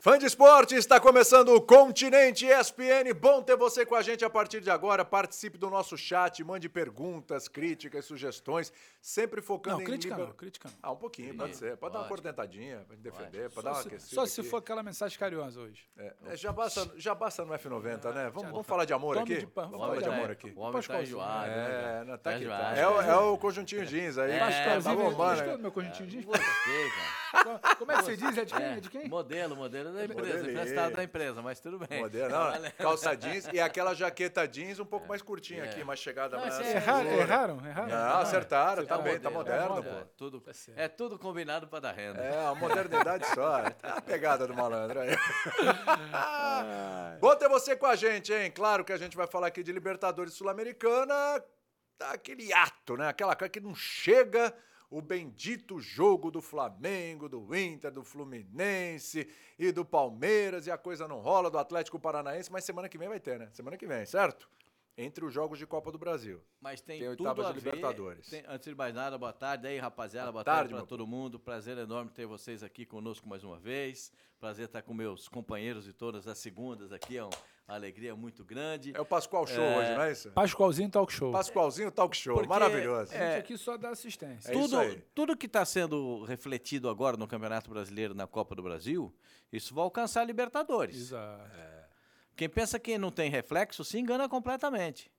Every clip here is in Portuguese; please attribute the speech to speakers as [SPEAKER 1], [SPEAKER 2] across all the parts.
[SPEAKER 1] Fã de esporte, está começando o Continente ESPN. Bom ter você com a gente a partir de agora. Participe do nosso chat, mande perguntas, críticas, sugestões, sempre focando
[SPEAKER 2] Não,
[SPEAKER 1] em
[SPEAKER 2] crítica
[SPEAKER 1] liber-
[SPEAKER 2] não, crítica não.
[SPEAKER 1] Ah, um pouquinho, pode ser. Pode, dar uma
[SPEAKER 3] pode.
[SPEAKER 1] coordentadinha pra gente defender, pode, dar
[SPEAKER 2] Só
[SPEAKER 1] uma
[SPEAKER 2] se,
[SPEAKER 1] aquecida
[SPEAKER 2] só se
[SPEAKER 1] aqui.
[SPEAKER 2] for aquela mensagem carinhosa hoje.
[SPEAKER 1] É, é, já, basta, já basta no F90, né? Vamos,
[SPEAKER 2] Ah, já-
[SPEAKER 1] vamos falar de amor
[SPEAKER 2] Tome
[SPEAKER 1] aqui?
[SPEAKER 2] de pan-
[SPEAKER 1] vamos
[SPEAKER 2] vamos
[SPEAKER 1] falar de
[SPEAKER 2] falar de-
[SPEAKER 1] amor aqui.
[SPEAKER 3] O homem
[SPEAKER 2] Pascoal,
[SPEAKER 3] tá enjoado.
[SPEAKER 1] É, não, tá
[SPEAKER 3] Tá
[SPEAKER 1] que
[SPEAKER 3] enjoado,
[SPEAKER 1] tá.
[SPEAKER 3] né?
[SPEAKER 1] É, o- é o conjuntinho jeans aí.
[SPEAKER 3] É,
[SPEAKER 1] tá
[SPEAKER 3] Inclusive,
[SPEAKER 1] bombando,
[SPEAKER 2] eu
[SPEAKER 1] né?
[SPEAKER 2] escuto meu conjuntinho jeans.
[SPEAKER 3] Gostei, cara.
[SPEAKER 2] Como é que você diz? É de quem? É,
[SPEAKER 3] É,
[SPEAKER 2] de quem?
[SPEAKER 3] Modelo, modelo é da empresa.
[SPEAKER 1] Modelo.
[SPEAKER 3] Emprestado da empresa, mas tudo bem.
[SPEAKER 1] Modelo, não, É. calça jeans e aquela jaqueta jeans um pouco mais curtinha aqui, mais chegada
[SPEAKER 3] Não,
[SPEAKER 1] mais.
[SPEAKER 3] isso é
[SPEAKER 2] Erraram,
[SPEAKER 1] cintura.
[SPEAKER 2] erraram,
[SPEAKER 3] tá
[SPEAKER 2] erraram.
[SPEAKER 1] Não, acertaram, tá
[SPEAKER 3] É um
[SPEAKER 1] bem, tá
[SPEAKER 3] modelo, é um
[SPEAKER 1] moderno,
[SPEAKER 3] modelo,
[SPEAKER 1] pô.
[SPEAKER 3] é Tudo,
[SPEAKER 2] Tá certo.
[SPEAKER 3] é tudo combinado pra dar renda.
[SPEAKER 1] É, a modernidade só. É a pegada do malandro aí. Bom ter você com a gente, hein? Claro que a gente vai falar aqui de Libertadores Sul-Americana. Tá aquele ato, né? Aquela coisa que não chega o bendito jogo do Flamengo, do Inter, do Fluminense e do Palmeiras e a coisa não rola do Atlético Paranaense, mas semana que vem vai ter, né? Semana que vem, certo? Entre os jogos de Copa do Brasil.
[SPEAKER 3] Mas tem,
[SPEAKER 1] Tem
[SPEAKER 3] tudo
[SPEAKER 1] oitavas
[SPEAKER 3] a
[SPEAKER 1] de
[SPEAKER 3] ver.
[SPEAKER 1] Libertadores.
[SPEAKER 3] Tem- antes de mais nada, boa tarde aí, rapaziada. Boa,
[SPEAKER 1] tarde,
[SPEAKER 3] tarde,
[SPEAKER 1] meu
[SPEAKER 3] pra todo mundo. Prazer enorme ter vocês aqui conosco mais uma vez. Prazer estar com meus companheiros de todas as segundas aqui. É uma alegria muito grande.
[SPEAKER 1] É o Pascoal Show
[SPEAKER 3] É.
[SPEAKER 1] hoje, não é isso?
[SPEAKER 2] Pascoalzinho Talk Show.
[SPEAKER 1] Pascoalzinho Talk Show,
[SPEAKER 3] Porque-
[SPEAKER 1] maravilhoso.
[SPEAKER 2] A
[SPEAKER 3] É.
[SPEAKER 2] gente aqui só dá assistência.
[SPEAKER 1] É isso
[SPEAKER 3] tudo,
[SPEAKER 1] aí.
[SPEAKER 3] tudo que está sendo refletido agora no Campeonato Brasileiro, na Copa do Brasil, isso vai alcançar a Libertadores.
[SPEAKER 2] Exato.
[SPEAKER 3] Quem pensa que não tem reflexo se engana completamente.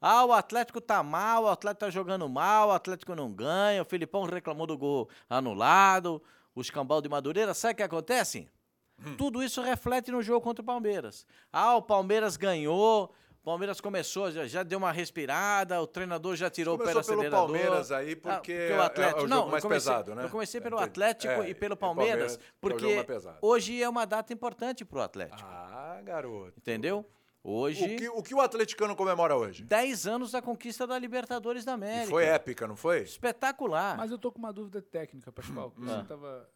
[SPEAKER 3] Ah, o Atlético tá mal, o Atlético tá jogando mal, o Atlético não ganha, o Filipão reclamou do gol anulado, o escambau de Madureira, sabe o que acontece?
[SPEAKER 1] Hum.
[SPEAKER 3] Tudo isso reflete no jogo contra o Palmeiras. Ah, o Palmeiras ganhou, o Palmeiras começou, já, já deu uma respirada, o treinador já tirou o pé do
[SPEAKER 1] Começou pelo
[SPEAKER 3] acelerador. Ah,
[SPEAKER 1] Palmeiras aí, porque é- é
[SPEAKER 3] o
[SPEAKER 1] o
[SPEAKER 3] Atlético,
[SPEAKER 1] jogo
[SPEAKER 3] não, eu
[SPEAKER 1] mais
[SPEAKER 3] comecei-
[SPEAKER 1] pesado, né?
[SPEAKER 3] Eu comecei pelo
[SPEAKER 1] Entendi.
[SPEAKER 3] Atlético
[SPEAKER 1] É,
[SPEAKER 3] e pelo
[SPEAKER 1] e Palmeiras,
[SPEAKER 3] Palmeiras,
[SPEAKER 1] que é o jogo
[SPEAKER 3] porque
[SPEAKER 1] mais pesado.
[SPEAKER 3] hoje é uma data importante pro Atlético. tipo,
[SPEAKER 1] Ah, garoto.
[SPEAKER 3] Entendeu?
[SPEAKER 1] O
[SPEAKER 3] Hoje,
[SPEAKER 1] que, o que o atleticano comemora hoje?
[SPEAKER 3] 10 anos da conquista da Libertadores da
[SPEAKER 1] E
[SPEAKER 3] América.
[SPEAKER 1] foi épica, não foi?
[SPEAKER 3] Espetacular.
[SPEAKER 2] Mas eu tô com uma dúvida técnica, Pascoal. Você tava...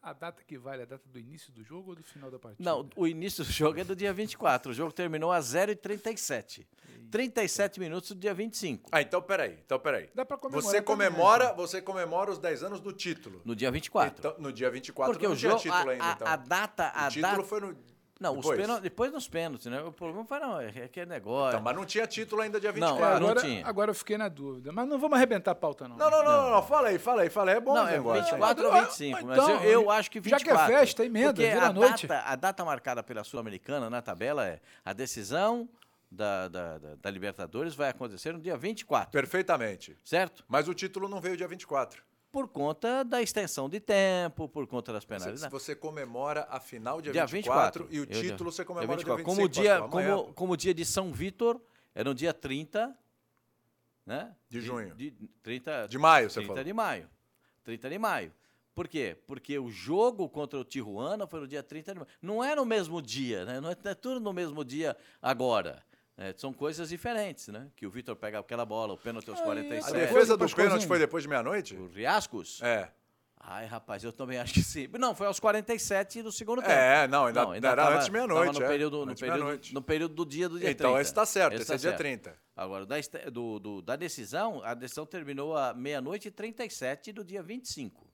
[SPEAKER 2] A data que vale, é a data do início do jogo ou do final da partida?
[SPEAKER 3] Não, o início do jogo é do dia 24. O jogo terminou a 0h37. 37 minutos do dia 25.
[SPEAKER 1] Ah, então peraí, então peraí.
[SPEAKER 2] Dá pra comemorar
[SPEAKER 1] Você
[SPEAKER 2] também,
[SPEAKER 1] comemora, você comemora os 10 anos do título.
[SPEAKER 3] No dia 24.
[SPEAKER 1] Então, no dia 24
[SPEAKER 3] Porque
[SPEAKER 1] não
[SPEAKER 3] o
[SPEAKER 1] tinha
[SPEAKER 3] jogo.
[SPEAKER 1] título
[SPEAKER 3] a,
[SPEAKER 1] ainda,
[SPEAKER 3] a-
[SPEAKER 1] então.
[SPEAKER 3] a data. A
[SPEAKER 1] o título
[SPEAKER 3] data
[SPEAKER 1] foi no
[SPEAKER 3] Não,
[SPEAKER 1] depois.
[SPEAKER 3] os pênaltis. Depois nos pênaltis, né? O problema foi não, é aquele negócio.
[SPEAKER 1] Então, mas não tinha título ainda dia
[SPEAKER 3] Não,
[SPEAKER 1] 24.
[SPEAKER 2] É,
[SPEAKER 3] não
[SPEAKER 2] agora,
[SPEAKER 3] tinha.
[SPEAKER 2] agora eu fiquei na dúvida. Mas não vamos arrebentar a pauta, não.
[SPEAKER 1] não, não, não, não, não, fala aí, fala aí, fala aí, é bom
[SPEAKER 3] é. Não,
[SPEAKER 1] o
[SPEAKER 3] é
[SPEAKER 1] negócio.
[SPEAKER 3] 24 ou
[SPEAKER 2] Ah,
[SPEAKER 3] 25.
[SPEAKER 2] então,
[SPEAKER 3] mas eu, eu acho que
[SPEAKER 2] já
[SPEAKER 3] 24.
[SPEAKER 2] que é festa, emenda,
[SPEAKER 3] porque
[SPEAKER 2] vira
[SPEAKER 3] a
[SPEAKER 2] à noite.
[SPEAKER 3] Data, a data marcada pela Sul-Americana na tabela é a decisão da, da, da- da Libertadores vai acontecer no dia
[SPEAKER 2] É.
[SPEAKER 3] 24,
[SPEAKER 1] Perfeitamente.
[SPEAKER 3] certo?
[SPEAKER 1] Mas o título não veio dia 24.
[SPEAKER 3] Por conta da extensão de tempo, por conta das
[SPEAKER 1] Se
[SPEAKER 3] penalidades.
[SPEAKER 1] você comemora a final dia,
[SPEAKER 3] Dia
[SPEAKER 1] 24,
[SPEAKER 3] 24.
[SPEAKER 1] e o
[SPEAKER 3] Eu-
[SPEAKER 1] título você
[SPEAKER 3] dia
[SPEAKER 1] comemora dia 25.
[SPEAKER 3] Como o dia,
[SPEAKER 1] Pascoal, é amanhã.
[SPEAKER 3] como, como o dia de São Vítor é no dia 30, né?
[SPEAKER 1] De junho.
[SPEAKER 3] De, 30,
[SPEAKER 1] De maio, você
[SPEAKER 3] 30
[SPEAKER 1] falou.
[SPEAKER 3] de maio. 30 de maio. Por quê? Porque o jogo contra o Tijuana foi no dia 30 de maio. Não é no mesmo dia, né? Não é, não é tudo no mesmo dia agora. É, são coisas diferentes, né? Que o Vitor pega aquela bola, o pênalti aos
[SPEAKER 2] Ah, e
[SPEAKER 1] A
[SPEAKER 3] 47.
[SPEAKER 2] outra
[SPEAKER 1] defesa
[SPEAKER 2] Pascoalzinho.
[SPEAKER 1] do pênalti foi depois de meia-noite?
[SPEAKER 3] O Riascos?
[SPEAKER 1] É.
[SPEAKER 3] Ai, rapaz, eu também acho que sim. Não, foi aos 47 do segundo tempo.
[SPEAKER 1] É, não, ainda- era antes de meia-noite,
[SPEAKER 3] tava No
[SPEAKER 1] é.
[SPEAKER 3] período, no,
[SPEAKER 1] Antes de
[SPEAKER 3] período,
[SPEAKER 1] meia-noite.
[SPEAKER 3] no período do dia do dia
[SPEAKER 1] Então
[SPEAKER 3] 30.
[SPEAKER 1] esse tá certo, esse
[SPEAKER 3] tá
[SPEAKER 1] é dia
[SPEAKER 3] certo.
[SPEAKER 1] 30.
[SPEAKER 3] Agora, da, este- do, do- da decisão, a decisão terminou à meia-noite e 37 do dia 25.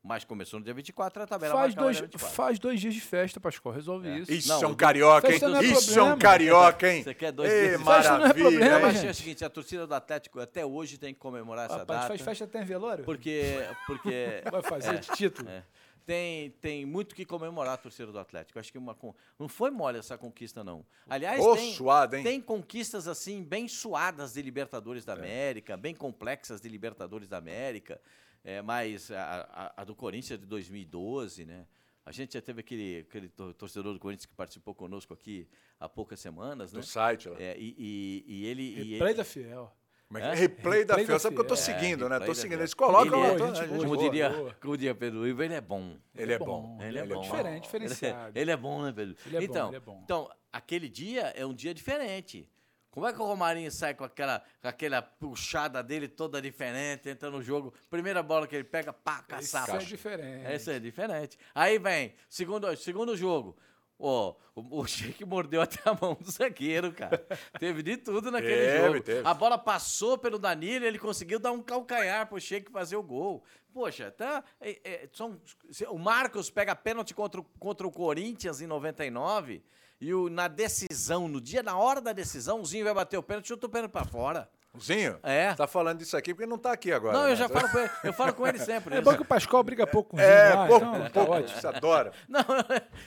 [SPEAKER 3] Mas começou no dia 24, a tabela
[SPEAKER 2] Faz
[SPEAKER 3] marcava
[SPEAKER 2] dois,
[SPEAKER 3] dia 24.
[SPEAKER 2] faz dois dias de festa, Pascoal. Resolve isso.
[SPEAKER 1] Isso
[SPEAKER 3] Não,
[SPEAKER 1] é um
[SPEAKER 3] o-
[SPEAKER 1] carioca, hein?
[SPEAKER 2] Festa não é
[SPEAKER 1] Isso é
[SPEAKER 2] problema.
[SPEAKER 1] um carioca, hein?
[SPEAKER 3] Você quer dois
[SPEAKER 1] Ei,
[SPEAKER 3] desses?
[SPEAKER 2] Festa não é
[SPEAKER 1] maravilha,
[SPEAKER 2] problema,
[SPEAKER 1] hein?
[SPEAKER 3] Mas
[SPEAKER 2] gente.
[SPEAKER 3] é o seguinte, a torcida do Atlético até hoje tem que comemorar essa
[SPEAKER 2] Rapaz,
[SPEAKER 3] data.
[SPEAKER 2] faz festa até em velório?
[SPEAKER 3] Porque, porque
[SPEAKER 2] Vai fazer de título.
[SPEAKER 3] É. Tem, tem muito que comemorar a torcida do Atlético. Acho que uma, con- não foi mole essa conquista, não. Aliás,
[SPEAKER 1] Ô,
[SPEAKER 3] tem,
[SPEAKER 1] suada, hein? É.
[SPEAKER 3] tem conquistas assim, bem suadas de Libertadores da América, bem complexas de Libertadores da América, é, mas a, a- a do Corinthians de 2012, né? A gente já teve aquele, aquele to- torcedor do Corinthians que participou conosco aqui há poucas semanas, né?
[SPEAKER 1] Do site lá.
[SPEAKER 3] É, e, e- e ele. e
[SPEAKER 2] Replay
[SPEAKER 3] ele-
[SPEAKER 2] da Fiel.
[SPEAKER 1] Como é que é?
[SPEAKER 3] Hã?
[SPEAKER 1] Replay da
[SPEAKER 2] Replay
[SPEAKER 1] Fiel.
[SPEAKER 2] da
[SPEAKER 1] Sabe que eu tô
[SPEAKER 2] Fiel.
[SPEAKER 1] seguindo, né?
[SPEAKER 3] replay
[SPEAKER 1] Tô
[SPEAKER 3] da
[SPEAKER 1] seguindo.
[SPEAKER 3] Fiel. É,
[SPEAKER 1] Eles colocam.
[SPEAKER 3] Ele é-
[SPEAKER 1] eu tô-
[SPEAKER 2] gente
[SPEAKER 1] né,
[SPEAKER 2] boa,
[SPEAKER 3] como,
[SPEAKER 2] boa,
[SPEAKER 3] diria,
[SPEAKER 2] boa.
[SPEAKER 3] como diria Pedro Ivo, ele é bom.
[SPEAKER 1] Ele é bom.
[SPEAKER 3] Ele é bom.
[SPEAKER 2] Diferente, diferenciado.
[SPEAKER 3] Ele é bom, né, Pedro?
[SPEAKER 2] Ele é bom,
[SPEAKER 3] então,
[SPEAKER 2] ele é bom.
[SPEAKER 3] Então, aquele dia é um dia diferente. Como é que o Romarinho sai com aquela, com aquela puxada dele toda diferente, entra no jogo, primeira bola que ele pega, pá,
[SPEAKER 2] Isso é
[SPEAKER 3] caçapa.
[SPEAKER 2] diferente.
[SPEAKER 3] Essa é diferente. Aí vem, segundo, segundo jogo, Ó, o, o Sheik mordeu até a mão do zagueiro, cara. Teve de tudo naquele
[SPEAKER 1] Teve,
[SPEAKER 3] jogo.
[SPEAKER 1] teve.
[SPEAKER 3] A bola passou pelo Danilo, ele conseguiu dar um calcanhar pro Sheik fazer o gol. Poxa, tá, é- é, são- se- o Marcos pega pênalti contra, o- contra o Corinthians em 99 e o- na decisão, no dia, na hora da decisão, o Zinho vai bater o pênalti, chuta o pênalti pra fora.
[SPEAKER 1] Zinho,
[SPEAKER 3] É.
[SPEAKER 1] tá falando isso aqui porque não tá aqui agora.
[SPEAKER 3] Não, eu
[SPEAKER 1] né?
[SPEAKER 3] já falo com ele, eu falo com ele sempre.
[SPEAKER 2] É
[SPEAKER 3] ele
[SPEAKER 2] bom que o Pascoal briga pouco com o Zinho
[SPEAKER 1] É,
[SPEAKER 2] lá,
[SPEAKER 1] pouco,
[SPEAKER 2] então tá
[SPEAKER 1] pouco.
[SPEAKER 2] ótimo.
[SPEAKER 1] Você adora.
[SPEAKER 3] Não,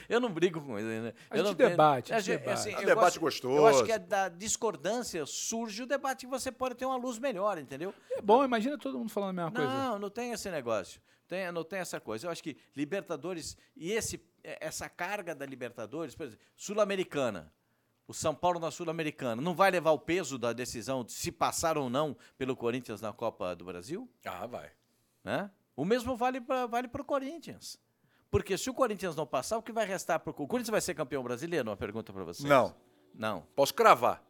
[SPEAKER 3] eu não brigo com ele, né?
[SPEAKER 2] A
[SPEAKER 3] eu
[SPEAKER 2] gente
[SPEAKER 3] não tenho-
[SPEAKER 2] debate, a
[SPEAKER 3] a
[SPEAKER 2] gente
[SPEAKER 3] gente- assim,
[SPEAKER 2] debate.
[SPEAKER 1] É um
[SPEAKER 3] eu
[SPEAKER 1] debate
[SPEAKER 3] gosto-
[SPEAKER 1] gostoso.
[SPEAKER 3] Eu acho que é da discordância surge o debate e você pode ter uma luz melhor, entendeu?
[SPEAKER 2] É bom, imagina todo mundo falando a mesma coisa. Tá
[SPEAKER 3] Não, não tem esse negócio. Tem- não tem essa coisa. Eu acho que Libertadores e esse, eh, essa carga da Libertadores, por exemplo, Sul-Americana. O São Paulo na Sul-Americana não vai levar o peso da decisão de se passar ou não pelo Corinthians na Copa do Brasil?
[SPEAKER 1] Ah, vai.
[SPEAKER 3] né? O mesmo vale para vale o Corinthians. Porque se o Corinthians não passar, o que vai restar para o Corinthians vai ser campeão brasileiro? Uma pergunta para vocês.
[SPEAKER 1] Não,
[SPEAKER 3] Não.
[SPEAKER 1] posso cravar.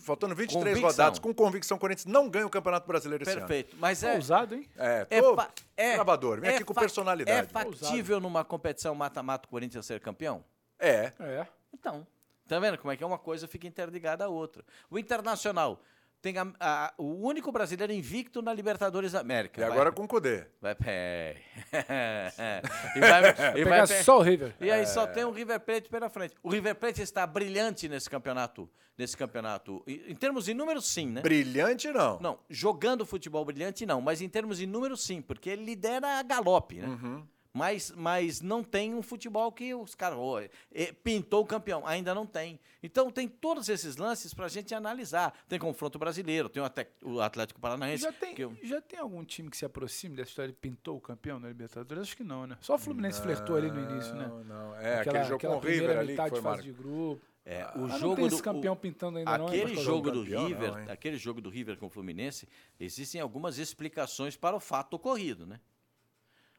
[SPEAKER 1] Faltando 23
[SPEAKER 3] Convicção.
[SPEAKER 1] rodadas, com convicção, o Corinthians não ganha o Campeonato Brasileiro esse ano.
[SPEAKER 3] Perfeito. Mas
[SPEAKER 2] É
[SPEAKER 3] é.
[SPEAKER 2] Ousado, hein?
[SPEAKER 1] É,
[SPEAKER 3] É,
[SPEAKER 1] tô
[SPEAKER 3] fa- é-
[SPEAKER 1] gravador, vem
[SPEAKER 3] é
[SPEAKER 1] aqui com
[SPEAKER 3] fa-
[SPEAKER 1] personalidade.
[SPEAKER 3] É factível numa competição mata-mata o Corinthians ser campeão?
[SPEAKER 1] É,
[SPEAKER 2] É.
[SPEAKER 3] Então. Tá vendo como é que é uma coisa fica interligada à outra? O Internacional tem a- a- o único brasileiro invicto na Libertadores da América.
[SPEAKER 1] e
[SPEAKER 3] Vai-
[SPEAKER 1] agora com o Cudê.
[SPEAKER 3] Vai, pé. e vai, e vai
[SPEAKER 2] Pegar
[SPEAKER 3] pe-
[SPEAKER 2] só o River.
[SPEAKER 3] E aí
[SPEAKER 2] É.
[SPEAKER 3] só tem o River Plate pela frente. O River Plate está brilhante nesse campeonato. Nesse campeonato. Em, em termos de números, sim, né?
[SPEAKER 1] Brilhante não.
[SPEAKER 3] Não, jogando futebol brilhante, não. Mas em termos de números, sim, porque ele lidera a galope, né?
[SPEAKER 2] Uhum.
[SPEAKER 3] Mas, mas não tem um futebol que os caras. "Ô, eh, pintou o campeão. Ainda não tem. Então tem todos esses lances pra gente analisar. Tem confronto brasileiro, tem o Atec- o Atlético Paranaense.
[SPEAKER 2] Já tem,
[SPEAKER 3] que eu-
[SPEAKER 2] já tem algum time que se aproxime dessa história de pintou o campeão na Libertadores? Acho que não, né? Só o Fluminense flertou ali no início, né?
[SPEAKER 1] Não, não. É, aquele jogo com o
[SPEAKER 2] primeira
[SPEAKER 1] River ali que
[SPEAKER 2] metade
[SPEAKER 1] foi
[SPEAKER 2] de fase
[SPEAKER 1] marcado.
[SPEAKER 2] de grupo.
[SPEAKER 3] é, o
[SPEAKER 2] Ah, não
[SPEAKER 3] jogo
[SPEAKER 2] tem
[SPEAKER 3] do,
[SPEAKER 2] esse campeão pintando ainda tá não, hein,
[SPEAKER 3] Aquele
[SPEAKER 2] Pascoal?
[SPEAKER 3] jogo do
[SPEAKER 1] campeão,
[SPEAKER 3] River,
[SPEAKER 1] não, hein?
[SPEAKER 3] aquele jogo do River com o Fluminense, existem algumas explicações para o fato ocorrido, né?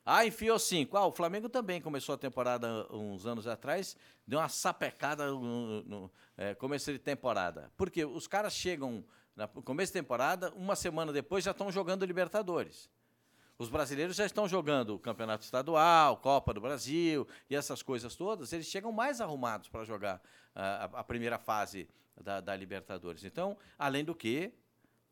[SPEAKER 3] Ah, enfiou cinco. Ah, o Flamengo também começou a temporada uns anos atrás, deu uma sapecada no, no, eh, começo de temporada. Porque os caras chegam na- no começo de temporada, uma semana depois já estão jogando Libertadores. Os brasileiros já estão jogando o Campeonato Estadual, Copa do Brasil e essas coisas todas. Eles chegam mais arrumados para jogar ah, a, a primeira fase da, da Libertadores. Então, além do que,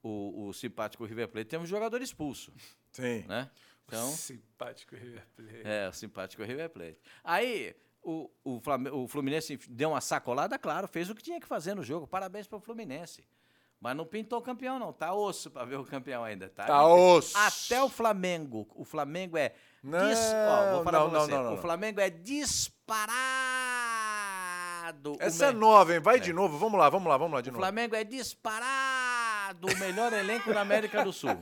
[SPEAKER 3] o, o simpático River Plate tem um jogador expulso,
[SPEAKER 1] Sim.
[SPEAKER 3] né? Então,
[SPEAKER 2] Simpático River Plate.
[SPEAKER 3] é, o simpático River Plate. Aí, o, o, Flame- o Fluminense deu uma sacolada, claro, fez o que tinha que fazer no jogo. Parabéns para o Fluminense. Mas não pintou o campeão, não. Tá osso para ver o campeão ainda, tá?
[SPEAKER 1] Tá osso.
[SPEAKER 3] Até o Flamengo. O Flamengo é.
[SPEAKER 1] Não,
[SPEAKER 3] dis- ó, vou falar
[SPEAKER 1] não,
[SPEAKER 3] pra
[SPEAKER 1] não,
[SPEAKER 3] você.
[SPEAKER 1] não, não,
[SPEAKER 3] O
[SPEAKER 1] não.
[SPEAKER 3] Flamengo é disparado. o
[SPEAKER 1] Essa é
[SPEAKER 3] me-
[SPEAKER 1] nova, hein? Vai de novo. Vamos lá, vamos lá, vamos lá de
[SPEAKER 3] O
[SPEAKER 1] novo.
[SPEAKER 3] Flamengo é disparado o melhor elenco da América do Sul.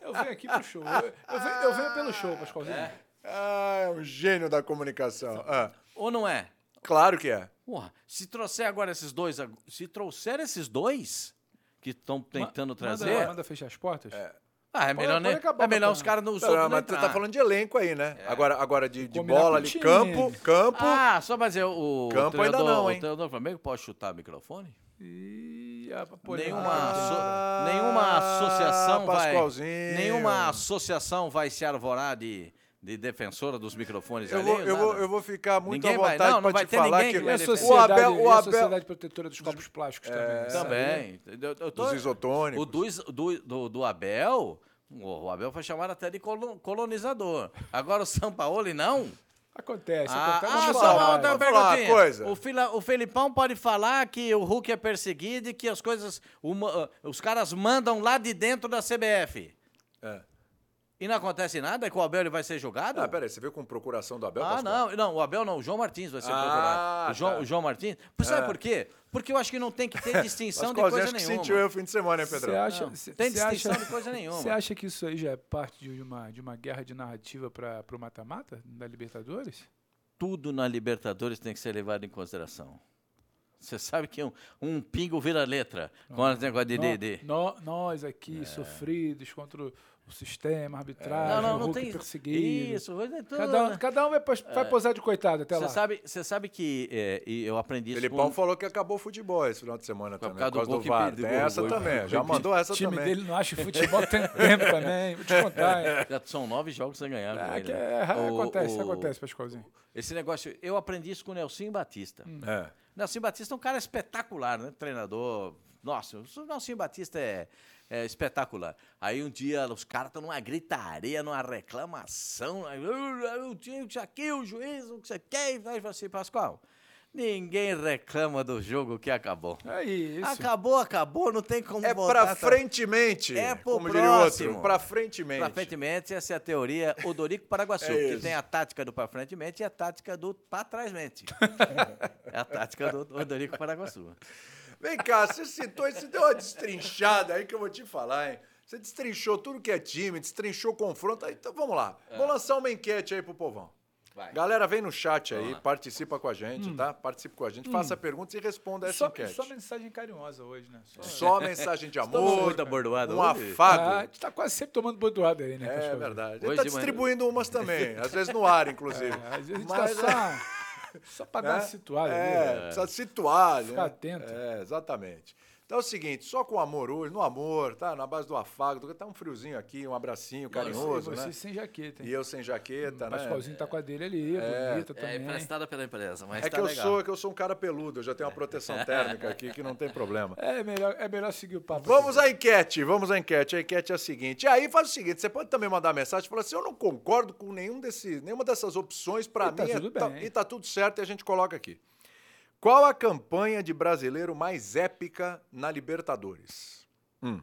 [SPEAKER 2] Eu venho aqui pro show. Eu, eu venho, eu venho pelo show, Pascoalzinho.
[SPEAKER 1] Ah, é um gênio da comunicação. Ah,
[SPEAKER 3] Ou não é?
[SPEAKER 1] claro que é.
[SPEAKER 3] Porra, se trouxer agora esses dois. ag- Se trouxer esses dois que estão tentando
[SPEAKER 2] Ma-
[SPEAKER 3] trazer.
[SPEAKER 2] Manda, manda fechar as portas?
[SPEAKER 3] Ah, é melhor,
[SPEAKER 2] pode
[SPEAKER 3] né?
[SPEAKER 2] acabar
[SPEAKER 3] É melhor
[SPEAKER 2] com a
[SPEAKER 3] os caras não os
[SPEAKER 1] Não,
[SPEAKER 3] outros não É.
[SPEAKER 1] mas você
[SPEAKER 3] entrar.
[SPEAKER 1] tá falando de elenco aí, né? Agora, agora de, de
[SPEAKER 2] Combinar com
[SPEAKER 1] bola
[SPEAKER 2] o
[SPEAKER 1] ali,
[SPEAKER 2] time.
[SPEAKER 1] campo, campo.
[SPEAKER 3] Ah, só pra dizer, o,
[SPEAKER 1] Campo ainda
[SPEAKER 3] treinador,
[SPEAKER 1] não,
[SPEAKER 3] o
[SPEAKER 1] hein?
[SPEAKER 3] treinador do Flamengo pode chutar o microfone?
[SPEAKER 2] E a polêmica.
[SPEAKER 3] Nenhuma,
[SPEAKER 2] Ah,
[SPEAKER 3] asso- nenhuma associação vai.
[SPEAKER 1] Ah, Pascoalzinho.
[SPEAKER 3] Nenhuma associação vai se arvorar de, de defensora dos microfones
[SPEAKER 1] Eu vou,
[SPEAKER 3] alheios,
[SPEAKER 1] eu, vou,
[SPEAKER 3] nada.
[SPEAKER 1] eu vou ficar muito
[SPEAKER 3] Ninguém
[SPEAKER 1] à
[SPEAKER 3] vai-
[SPEAKER 1] vontade
[SPEAKER 3] não, não
[SPEAKER 1] pra
[SPEAKER 3] vai
[SPEAKER 1] te
[SPEAKER 3] ter
[SPEAKER 1] falar
[SPEAKER 3] ninguém
[SPEAKER 1] que
[SPEAKER 3] que
[SPEAKER 2] E a
[SPEAKER 3] Ele-
[SPEAKER 2] sociedade,
[SPEAKER 1] o Abel- o
[SPEAKER 2] e a
[SPEAKER 1] Abel-
[SPEAKER 2] sociedade protetora dos copos plásticos Hum. também. né?
[SPEAKER 3] É. Também. Eu- eu tô-
[SPEAKER 1] dos isotônicos.
[SPEAKER 3] O do, is- do, do, do Abel. O Abel foi chamado até de colo- colonizador. Agora o Sampaoli não?
[SPEAKER 1] é
[SPEAKER 2] Acontece,
[SPEAKER 3] Ah,
[SPEAKER 2] acontece.
[SPEAKER 3] ah,
[SPEAKER 2] Deixa eu
[SPEAKER 3] só
[SPEAKER 2] falar.
[SPEAKER 3] uma outra
[SPEAKER 1] Vou um falar uma
[SPEAKER 3] perguntinha.
[SPEAKER 1] coisa.
[SPEAKER 3] O, Fila- o Felipão pode falar que o Hulk é perseguido e que as coisas. uma- os caras mandam lá de dentro da CBF.
[SPEAKER 1] É.
[SPEAKER 3] E não acontece nada? É Que o Abel ele vai ser julgado?
[SPEAKER 1] Ah, peraí, você veio com procuração do Abel?
[SPEAKER 3] Ah,
[SPEAKER 1] Pascoal?
[SPEAKER 3] não, não, o Abel não, o João Martins vai ser
[SPEAKER 1] Ah,
[SPEAKER 3] procurado. O João,
[SPEAKER 1] tá.
[SPEAKER 3] o João Martins. Mas Sabe
[SPEAKER 1] É.
[SPEAKER 3] por quê? Porque eu acho que não tem que ter distinção é um de
[SPEAKER 1] Pascoalzinho,
[SPEAKER 3] coisa
[SPEAKER 1] acho que
[SPEAKER 3] nenhuma.
[SPEAKER 1] sentiu eu o fim de semana, hein, Pedrão?
[SPEAKER 2] Você acha,
[SPEAKER 3] Não,
[SPEAKER 2] cê-
[SPEAKER 3] tem
[SPEAKER 2] cê acha-
[SPEAKER 3] distinção de coisa nenhuma.
[SPEAKER 2] Você acha que isso aí já é parte de uma, de uma guerra de narrativa para o mata-mata da Libertadores?
[SPEAKER 3] Tudo na Libertadores tem que ser levado em consideração. Você sabe que um, um
[SPEAKER 1] Ah.
[SPEAKER 3] pingo vira letra com esse negócio de. de- de-
[SPEAKER 2] No- no- nós aqui, sofridos contra o, o sistema, a arbitragem,
[SPEAKER 3] É. Não, não,
[SPEAKER 2] o
[SPEAKER 3] não
[SPEAKER 2] Hulk
[SPEAKER 3] tem
[SPEAKER 2] perseguido.
[SPEAKER 3] Isso, vai ter tudo. né? É.
[SPEAKER 2] Cada um, cada um vai, pos- vai posar de coitado até
[SPEAKER 3] Você
[SPEAKER 2] lá.
[SPEAKER 3] sabe, você sabe que é, e eu aprendi isso
[SPEAKER 1] Felipão
[SPEAKER 3] com-
[SPEAKER 1] falou que acabou o futebol esse final de semana
[SPEAKER 3] Foi por
[SPEAKER 1] também,
[SPEAKER 3] causa
[SPEAKER 1] por
[SPEAKER 3] do
[SPEAKER 1] causa do,
[SPEAKER 3] gol que
[SPEAKER 1] VAR.
[SPEAKER 3] perdeu
[SPEAKER 1] Tem
[SPEAKER 3] o
[SPEAKER 1] essa
[SPEAKER 3] gol,
[SPEAKER 1] também, já mandou essa
[SPEAKER 2] o time
[SPEAKER 1] também.
[SPEAKER 2] dele não acha futebol tem tempo também, vou te contar. hein.
[SPEAKER 3] Já são nove jogos sem ganhar. com
[SPEAKER 2] É,
[SPEAKER 3] ele,
[SPEAKER 2] que
[SPEAKER 3] né?
[SPEAKER 2] é,
[SPEAKER 3] O-
[SPEAKER 2] acontece,
[SPEAKER 3] o-
[SPEAKER 2] acontece, Pascoalzinho.
[SPEAKER 3] Esse negócio, eu aprendi isso com o Nelson Batista.
[SPEAKER 2] Hum.
[SPEAKER 1] É.
[SPEAKER 3] Nelson Batista é um cara espetacular, né? Treinador. Nossa, o Nelson Batista é, é espetacular. Aí um dia os caras estão numa gritaria, numa reclamação. Aí, "Ah, o time isso aqui, o juiz, o que você quer. E aí eu assim, Pascoal, ninguém reclama do jogo que acabou.
[SPEAKER 1] Ah,
[SPEAKER 2] É isso.
[SPEAKER 3] Acabou, acabou, não tem como
[SPEAKER 1] É
[SPEAKER 3] voltar
[SPEAKER 1] pra
[SPEAKER 3] atrás.
[SPEAKER 1] frente mente,
[SPEAKER 3] tá. É pro
[SPEAKER 1] como diria o outro,
[SPEAKER 3] próximo.
[SPEAKER 1] pra frente mente.
[SPEAKER 3] Pra frente mente, essa é a teoria Odorico Paraguaçu,
[SPEAKER 1] É
[SPEAKER 3] que
[SPEAKER 1] isso.
[SPEAKER 3] tem a tática do pra frente mente e a tática do pra trás mente. é a tática do Odorico Paraguaçu.
[SPEAKER 1] Vem cá, você citou, você deu uma destrinchada aí que eu vou te falar, hein? Você destrinchou tudo que é time, destrinchou confronto. aí, Então vamos lá. Vou lançar uma enquete aí pro povão.
[SPEAKER 3] É. Vai.
[SPEAKER 1] Galera, vem no chat aí, participa com a gente, tá? Participa com a gente, faça perguntas e responda essa
[SPEAKER 2] Hum. Só,
[SPEAKER 1] enquete.
[SPEAKER 2] só mensagem carinhosa hoje, né? Só,
[SPEAKER 1] Só mensagem de
[SPEAKER 3] Estamos
[SPEAKER 1] amor,
[SPEAKER 3] muito abordoado
[SPEAKER 1] um
[SPEAKER 3] hoje.
[SPEAKER 1] afago.
[SPEAKER 2] Ah, a gente tá quase sempre tomando bordoada aí, né?
[SPEAKER 1] É
[SPEAKER 2] Pascoalzinho?
[SPEAKER 1] verdade. Ele
[SPEAKER 3] Hoje
[SPEAKER 1] tá
[SPEAKER 3] de manhã-
[SPEAKER 1] distribuindo umas também, às vezes no ar, inclusive.
[SPEAKER 2] É, às vezes a gente
[SPEAKER 1] Mas,
[SPEAKER 2] tá só, só pra dar uma situada
[SPEAKER 1] é,
[SPEAKER 2] ali. né?
[SPEAKER 1] precisa situar,
[SPEAKER 2] Ficar
[SPEAKER 1] né?
[SPEAKER 2] atento.
[SPEAKER 1] É, exatamente. Então é o seguinte, só com amor hoje, no amor, tá? Na base do afago, do- tá um friozinho aqui, um abracinho carinhoso,
[SPEAKER 2] e você
[SPEAKER 1] né?
[SPEAKER 2] sem jaqueta, hein?
[SPEAKER 1] E eu sem jaqueta,
[SPEAKER 2] o
[SPEAKER 1] né?
[SPEAKER 2] Pascoalzinho tá com a dele ali, bonita
[SPEAKER 3] É
[SPEAKER 2] também.
[SPEAKER 3] emprestada pela empresa, mas
[SPEAKER 1] É
[SPEAKER 3] tá
[SPEAKER 1] que eu
[SPEAKER 3] legal.
[SPEAKER 1] sou, é que eu sou um cara peludo, eu já tenho uma proteção térmica aqui que não tem problema.
[SPEAKER 2] É melhor, é melhor seguir o papo.
[SPEAKER 1] Vamos
[SPEAKER 2] aqui.
[SPEAKER 1] à enquete, vamos à enquete. A enquete é a seguinte. E aí faz o seguinte, você pode também mandar mensagem e falar assim, eu não concordo com nenhum desse, nenhuma dessas opções para
[SPEAKER 2] E
[SPEAKER 1] mim.
[SPEAKER 2] tá
[SPEAKER 1] é
[SPEAKER 2] tudo
[SPEAKER 1] ta-
[SPEAKER 2] bem.
[SPEAKER 1] e tá tudo certo e a gente coloca aqui. Qual a campanha de brasileiro mais épica na Libertadores? Hum.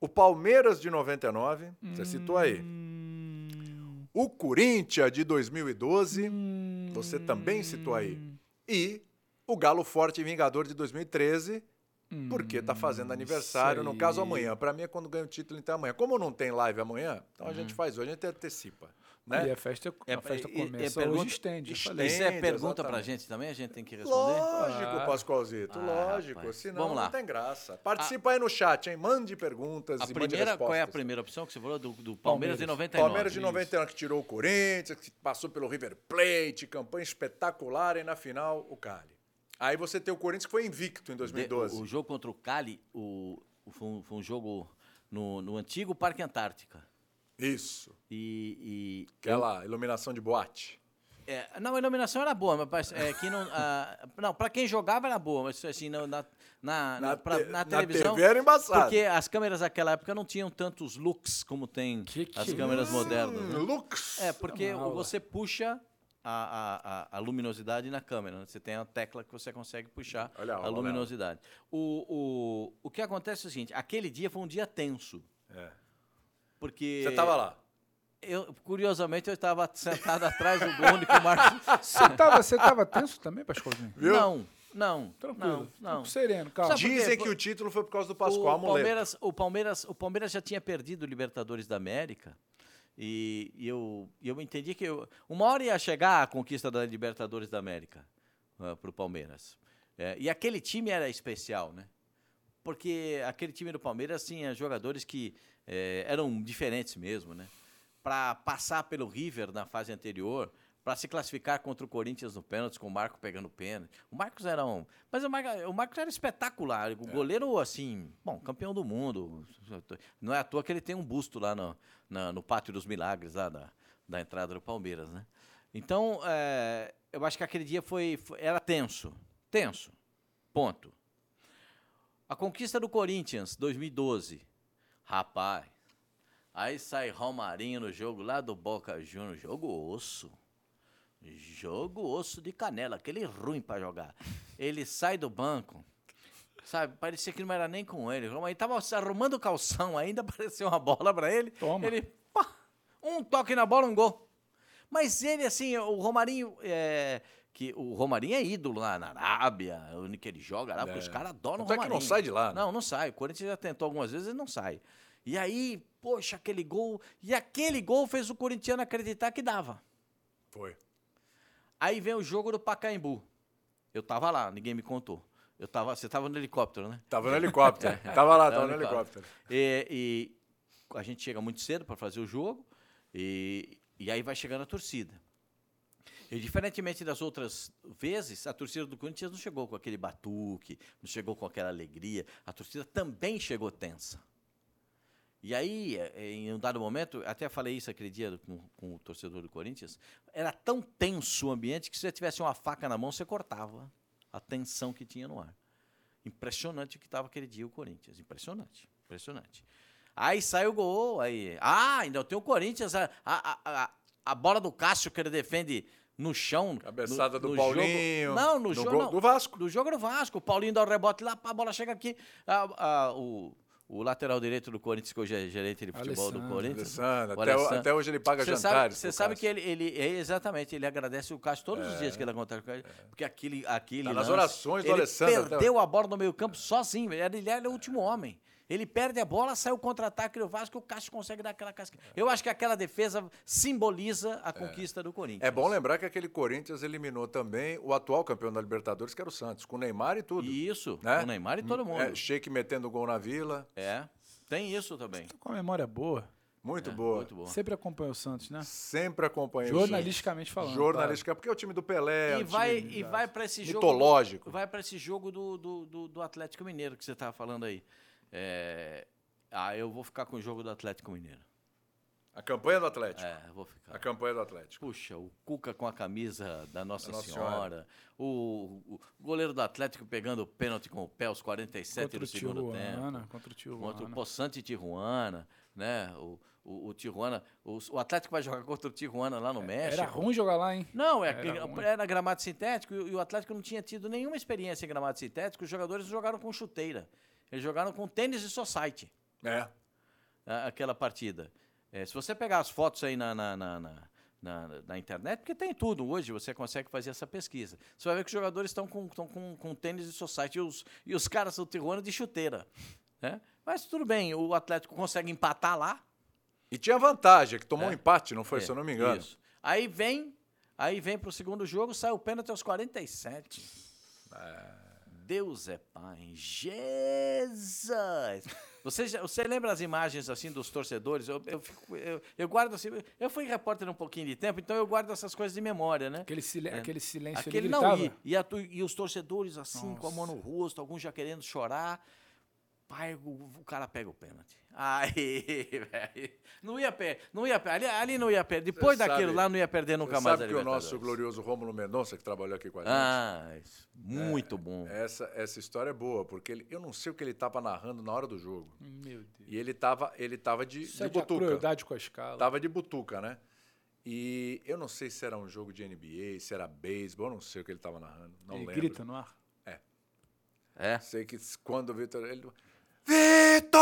[SPEAKER 1] O Palmeiras de 99, você citou aí.
[SPEAKER 2] Hum.
[SPEAKER 1] O Corinthians de 2012, você também citou aí.
[SPEAKER 2] Hum.
[SPEAKER 1] E o Galo Forte e Vingador de 2013,
[SPEAKER 2] Hum,
[SPEAKER 1] porque tá
[SPEAKER 3] Hum,
[SPEAKER 1] fazendo aniversário, no
[SPEAKER 2] aí.
[SPEAKER 1] caso amanhã. Pra mim é quando ganha o título, então é amanhã. Como não tem live amanhã, então a gente faz hoje, a gente antecipa.
[SPEAKER 2] E
[SPEAKER 1] Né?
[SPEAKER 2] a festa,
[SPEAKER 3] Uhum. É,
[SPEAKER 2] a festa
[SPEAKER 3] e- e-
[SPEAKER 2] começa
[SPEAKER 3] é
[SPEAKER 2] hoje
[SPEAKER 3] pergunta-
[SPEAKER 2] estende. eu
[SPEAKER 1] estende.
[SPEAKER 2] falei.
[SPEAKER 3] Isso é
[SPEAKER 1] Entende,
[SPEAKER 3] pergunta pra
[SPEAKER 1] exatamente.
[SPEAKER 3] gente também? A gente tem que responder?
[SPEAKER 1] Lógico,
[SPEAKER 2] Ah.
[SPEAKER 1] Pascoalzito,
[SPEAKER 3] Ah,
[SPEAKER 1] lógico.
[SPEAKER 3] rapaz.
[SPEAKER 1] Senão
[SPEAKER 3] Vamos lá.
[SPEAKER 1] não tem graça. Participa aí no chat, hein? Mande perguntas
[SPEAKER 3] A
[SPEAKER 1] e
[SPEAKER 3] primeira,
[SPEAKER 1] mande
[SPEAKER 3] qual é a
[SPEAKER 1] respostas.
[SPEAKER 3] primeira opção que você falou? Do, do Palmeiras
[SPEAKER 2] Palmeiras.
[SPEAKER 3] de 99.
[SPEAKER 1] Palmeiras de 91 que tirou o Corinthians, que passou pelo River Plate, campanha espetacular e na final o Cali. Aí você tem o Corinthians que foi invicto em
[SPEAKER 3] De-
[SPEAKER 1] 2012.
[SPEAKER 3] o, o jogo contra o Cali o, o- foi, um, foi um jogo no, no antigo Parque Antártica.
[SPEAKER 1] Isso.
[SPEAKER 3] E, e-
[SPEAKER 1] Aquela iluminação de boate.
[SPEAKER 3] é, não, a iluminação era boa, mas parece- é, que não, a- não para quem jogava era boa, mas assim não, na, na, na, pra-
[SPEAKER 1] te-
[SPEAKER 3] na televisão.
[SPEAKER 1] TV era embaçado.
[SPEAKER 3] porque as câmeras daquela época não tinham tantos looks como tem
[SPEAKER 2] Que que
[SPEAKER 3] as
[SPEAKER 2] é
[SPEAKER 3] câmeras
[SPEAKER 2] isso? Tá
[SPEAKER 3] modernas. né?
[SPEAKER 1] Hum, Lux.
[SPEAKER 3] É, porque
[SPEAKER 2] uma aula.
[SPEAKER 3] você puxa a, a- a- a luminosidade na câmera. né? Você tem a tecla que você consegue puxar
[SPEAKER 1] Olha a
[SPEAKER 3] a,
[SPEAKER 1] aula,
[SPEAKER 3] luminosidade. O, o, o que acontece é o seguinte: aquele dia foi um dia tenso.
[SPEAKER 1] É.
[SPEAKER 3] Porque.
[SPEAKER 1] Você tava lá.
[SPEAKER 3] Eu, curiosamente, eu estava sentado atrás do Bruno com o Marcos.
[SPEAKER 2] Você tava, você tava tenso também, Pascoalzinho?
[SPEAKER 1] Viu?
[SPEAKER 3] Não, não.
[SPEAKER 2] Tranquilo.
[SPEAKER 3] Não, não.
[SPEAKER 2] Sereno, calma.
[SPEAKER 3] Sabe-
[SPEAKER 1] Dizem
[SPEAKER 3] por-
[SPEAKER 1] que o título foi por causa do Pascoal
[SPEAKER 3] O
[SPEAKER 1] Amuleto.
[SPEAKER 3] Palmeiras, o, Palmeiras, o Palmeiras já tinha perdido o Libertadores da América. E, e eu, e eu entendi que eu, uma hora ia chegar a conquista da Libertadores da América para o Palmeiras. É, e aquele time era especial, né? Porque aquele time do Palmeiras tinha jogadores que eh, eram diferentes mesmo, né? Para passar pelo River na fase anterior, para se classificar contra o Corinthians no pênalti, com o Marco pegando pênalti. O Marcos era um. Mas o, Marco, o Marcos era espetacular. O goleiro, assim, bom, campeão do mundo. Não é à toa que ele tem um busto lá no, na- no Pátio dos Milagres, lá da, da entrada do Palmeiras, né? Então, eh, eu acho que aquele dia foi, foi- era tenso. Tenso. Ponto. A conquista do Corinthians, 2012. Rapaz, aí sai Romarinho no jogo lá do Boca Juniors, jogo osso. Jogo osso de canela, aquele ruim pra jogar. Ele sai do banco, sabe? Parecia que não era nem com ele. O Romarinho tava se arrumando o calção ainda, apareceu uma bola pra ele.
[SPEAKER 2] Toma.
[SPEAKER 3] Ele, pá, um toque na bola, um gol. Mas ele, assim, o Romarinho. é, que o Romarinho é ídolo lá na Arábia, onde que ele joga lá, porque os caras adoram o
[SPEAKER 1] Tanto é que
[SPEAKER 3] Romarinho.
[SPEAKER 1] não sai de lá, né?
[SPEAKER 3] Não, não sai. O Corinthians já tentou algumas vezes e não sai. E aí, poxa, aquele gol. E aquele gol fez o corintiano acreditar que dava.
[SPEAKER 1] Foi.
[SPEAKER 3] Aí vem o jogo do Pacaembu. Eu tava lá, ninguém me contou. Eu tava, você tava no helicóptero, né?
[SPEAKER 1] Tava no helicóptero. Tava lá, tava no
[SPEAKER 3] Tava no
[SPEAKER 1] helicóptero.
[SPEAKER 3] E, e a gente chega muito cedo para fazer o jogo e, e aí vai chegando a torcida. E diferentemente das outras vezes, a torcida do Corinthians não chegou com aquele batuque, não chegou com aquela alegria. A torcida também chegou tensa. E aí, eh, em um dado momento, até falei isso aquele dia com, com o torcedor do Corinthians, era tão tenso o ambiente que se você tivesse uma faca na mão, você cortava a tensão que tinha no ar. Impressionante o que estava aquele dia o Corinthians. Impressionante, impressionante. Aí sai o gol, aí. Ah, ainda tem o Corinthians, a, a, a- a, a bola do Cássio que ele defende no chão.
[SPEAKER 1] Cabeçada
[SPEAKER 3] no,
[SPEAKER 1] do
[SPEAKER 3] no
[SPEAKER 1] Paulinho.
[SPEAKER 3] Jogo, não, no,
[SPEAKER 1] no
[SPEAKER 3] jogo.
[SPEAKER 1] gol
[SPEAKER 3] não.
[SPEAKER 1] do Vasco.
[SPEAKER 3] Do jogo do Vasco. O Paulinho dá o rebote lá, pá, a bola chega aqui. Ah, ah, o, o lateral direito do Corinthians, que hoje é gerente de futebol do
[SPEAKER 2] Alessandro.
[SPEAKER 3] Corinthians.
[SPEAKER 1] Alessandro,
[SPEAKER 3] o
[SPEAKER 1] até, o-
[SPEAKER 3] Alessandro.
[SPEAKER 1] até hoje ele paga
[SPEAKER 3] Você sabe,
[SPEAKER 1] jantares.
[SPEAKER 3] você
[SPEAKER 1] pro
[SPEAKER 3] sabe
[SPEAKER 1] Cássio.
[SPEAKER 3] que ele, ele- é, exatamente, ele agradece o Cássio todos os dias que ele acontece com ele, porque aquele aquele
[SPEAKER 1] É. Tá nas
[SPEAKER 3] lance,
[SPEAKER 1] orações do
[SPEAKER 3] ele
[SPEAKER 1] Alessandro né? até
[SPEAKER 3] perdeu a bola no meio-campo sozinho, ele era, ele era o último homem. Ele perde a bola, sai o contra-ataque do Vasco, o Cássio consegue dar aquela casca. Eu acho que aquela defesa simboliza a conquista do Corinthians.
[SPEAKER 1] É. É bom lembrar que aquele Corinthians eliminou também o atual campeão da Libertadores, que era o Santos, com o Neymar e tudo.
[SPEAKER 3] E isso,
[SPEAKER 1] né?
[SPEAKER 3] o Neymar e todo mundo.
[SPEAKER 1] É, Sheik metendo gol na vila.
[SPEAKER 3] É, tem isso também.
[SPEAKER 2] Tô com uma memória boa.
[SPEAKER 1] Muito
[SPEAKER 3] É,
[SPEAKER 1] boa.
[SPEAKER 3] Muito boa.
[SPEAKER 2] Sempre acompanhou o Santos, né?
[SPEAKER 1] Sempre acompanhei o
[SPEAKER 2] Jornalisticamente falando.
[SPEAKER 1] Jornalística, porque é o time do Pelé. é
[SPEAKER 3] E
[SPEAKER 1] um
[SPEAKER 3] vai,
[SPEAKER 1] time-
[SPEAKER 3] e vai para esse jogo.
[SPEAKER 1] Mitológico.
[SPEAKER 3] Vai para esse jogo do, do, do, do Atlético Mineiro que você estava falando aí. É, ah, eu vou ficar com o jogo do Atlético Mineiro.
[SPEAKER 1] A campanha do Atlético.
[SPEAKER 3] É, eu vou
[SPEAKER 1] A
[SPEAKER 3] ficar.
[SPEAKER 1] campanha do Atlético.
[SPEAKER 3] Puxa, o Cuca com a camisa da Nossa,
[SPEAKER 1] Da Nossa
[SPEAKER 3] Senhora. O, o goleiro do Atlético pegando o pênalti com o pé aos 47
[SPEAKER 2] Contra
[SPEAKER 3] do
[SPEAKER 2] o
[SPEAKER 3] segundo tempo.
[SPEAKER 2] Tijuana. né? Contra o
[SPEAKER 3] Contra o
[SPEAKER 2] Tijuana.
[SPEAKER 3] Poçante Tijuana, né? O, o, o Tijuana. O, o Atlético vai jogar contra o Tijuana lá no México.
[SPEAKER 2] Era ruim jogar lá, hein?
[SPEAKER 3] Não, é,
[SPEAKER 2] Era
[SPEAKER 3] era,
[SPEAKER 2] ruim.
[SPEAKER 3] era gramado sintético e, o- e o Atlético não tinha tido nenhuma experiência em gramado sintético. Os jogadores não jogaram com chuteira. Eles jogaram com tênis de society,
[SPEAKER 1] É.
[SPEAKER 3] a- aquela partida. É, se você pegar as fotos aí na, na, na, na- na- na internet, porque tem tudo hoje, você consegue fazer essa pesquisa. Você vai ver que os jogadores estão com, estão com, com tênis de society e os, e os caras do Tijuana de chuteira. né? Mas tudo bem, o Atlético consegue empatar lá.
[SPEAKER 1] E tinha vantagem, que tomou
[SPEAKER 3] É.
[SPEAKER 1] um empate, não foi?
[SPEAKER 3] É,
[SPEAKER 1] se eu não me engano.
[SPEAKER 3] isso. Aí vem, aí vem pro segundo jogo, sai o pênalti aos 47. Deus é pai, Jesus! Você, já- você lembra as imagens assim dos torcedores? Eu, eu, fico- eu- eu guardo assim. Eu fui repórter um pouquinho de tempo, então eu guardo essas coisas de memória, né?
[SPEAKER 2] Aquele, sil- aquele silêncio
[SPEAKER 3] Aquele
[SPEAKER 2] É ele
[SPEAKER 3] não,
[SPEAKER 2] gritava.
[SPEAKER 3] e, e, a tu- e os torcedores assim, com a mão no
[SPEAKER 2] Nossa.
[SPEAKER 3] rosto, alguns já querendo chorar. Pai, o, o cara pega o pênalti. Aí, velho. Não ia perder. Não ia, per- ali, ali não ia perder. Depois
[SPEAKER 1] Cê
[SPEAKER 3] daquilo
[SPEAKER 1] sabe-
[SPEAKER 3] lá, não ia perder
[SPEAKER 1] Você
[SPEAKER 3] nunca mais.
[SPEAKER 1] sabe
[SPEAKER 3] a
[SPEAKER 1] que o nosso
[SPEAKER 3] Libertadores.
[SPEAKER 1] glorioso Rômulo Mendonça, que trabalhou aqui com a gente,
[SPEAKER 3] Ah, isso.
[SPEAKER 1] É.
[SPEAKER 3] muito bom.
[SPEAKER 1] essa, essa história é boa, porque ele- eu não sei o que ele estava narrando na hora do jogo.
[SPEAKER 2] Meu Deus.
[SPEAKER 1] E ele estava ele tava de,
[SPEAKER 2] Isso
[SPEAKER 1] de
[SPEAKER 2] é de
[SPEAKER 1] butuca.
[SPEAKER 2] crueldade com a escala.
[SPEAKER 1] Tava de butuca, né? E eu não sei se era um jogo de NBA, se era beisebol, eu não sei o que ele estava narrando. Não
[SPEAKER 2] ele
[SPEAKER 1] lembro.
[SPEAKER 2] grita no ar.
[SPEAKER 3] É.
[SPEAKER 1] Sei que quando o Vitor. Ele... Vitor!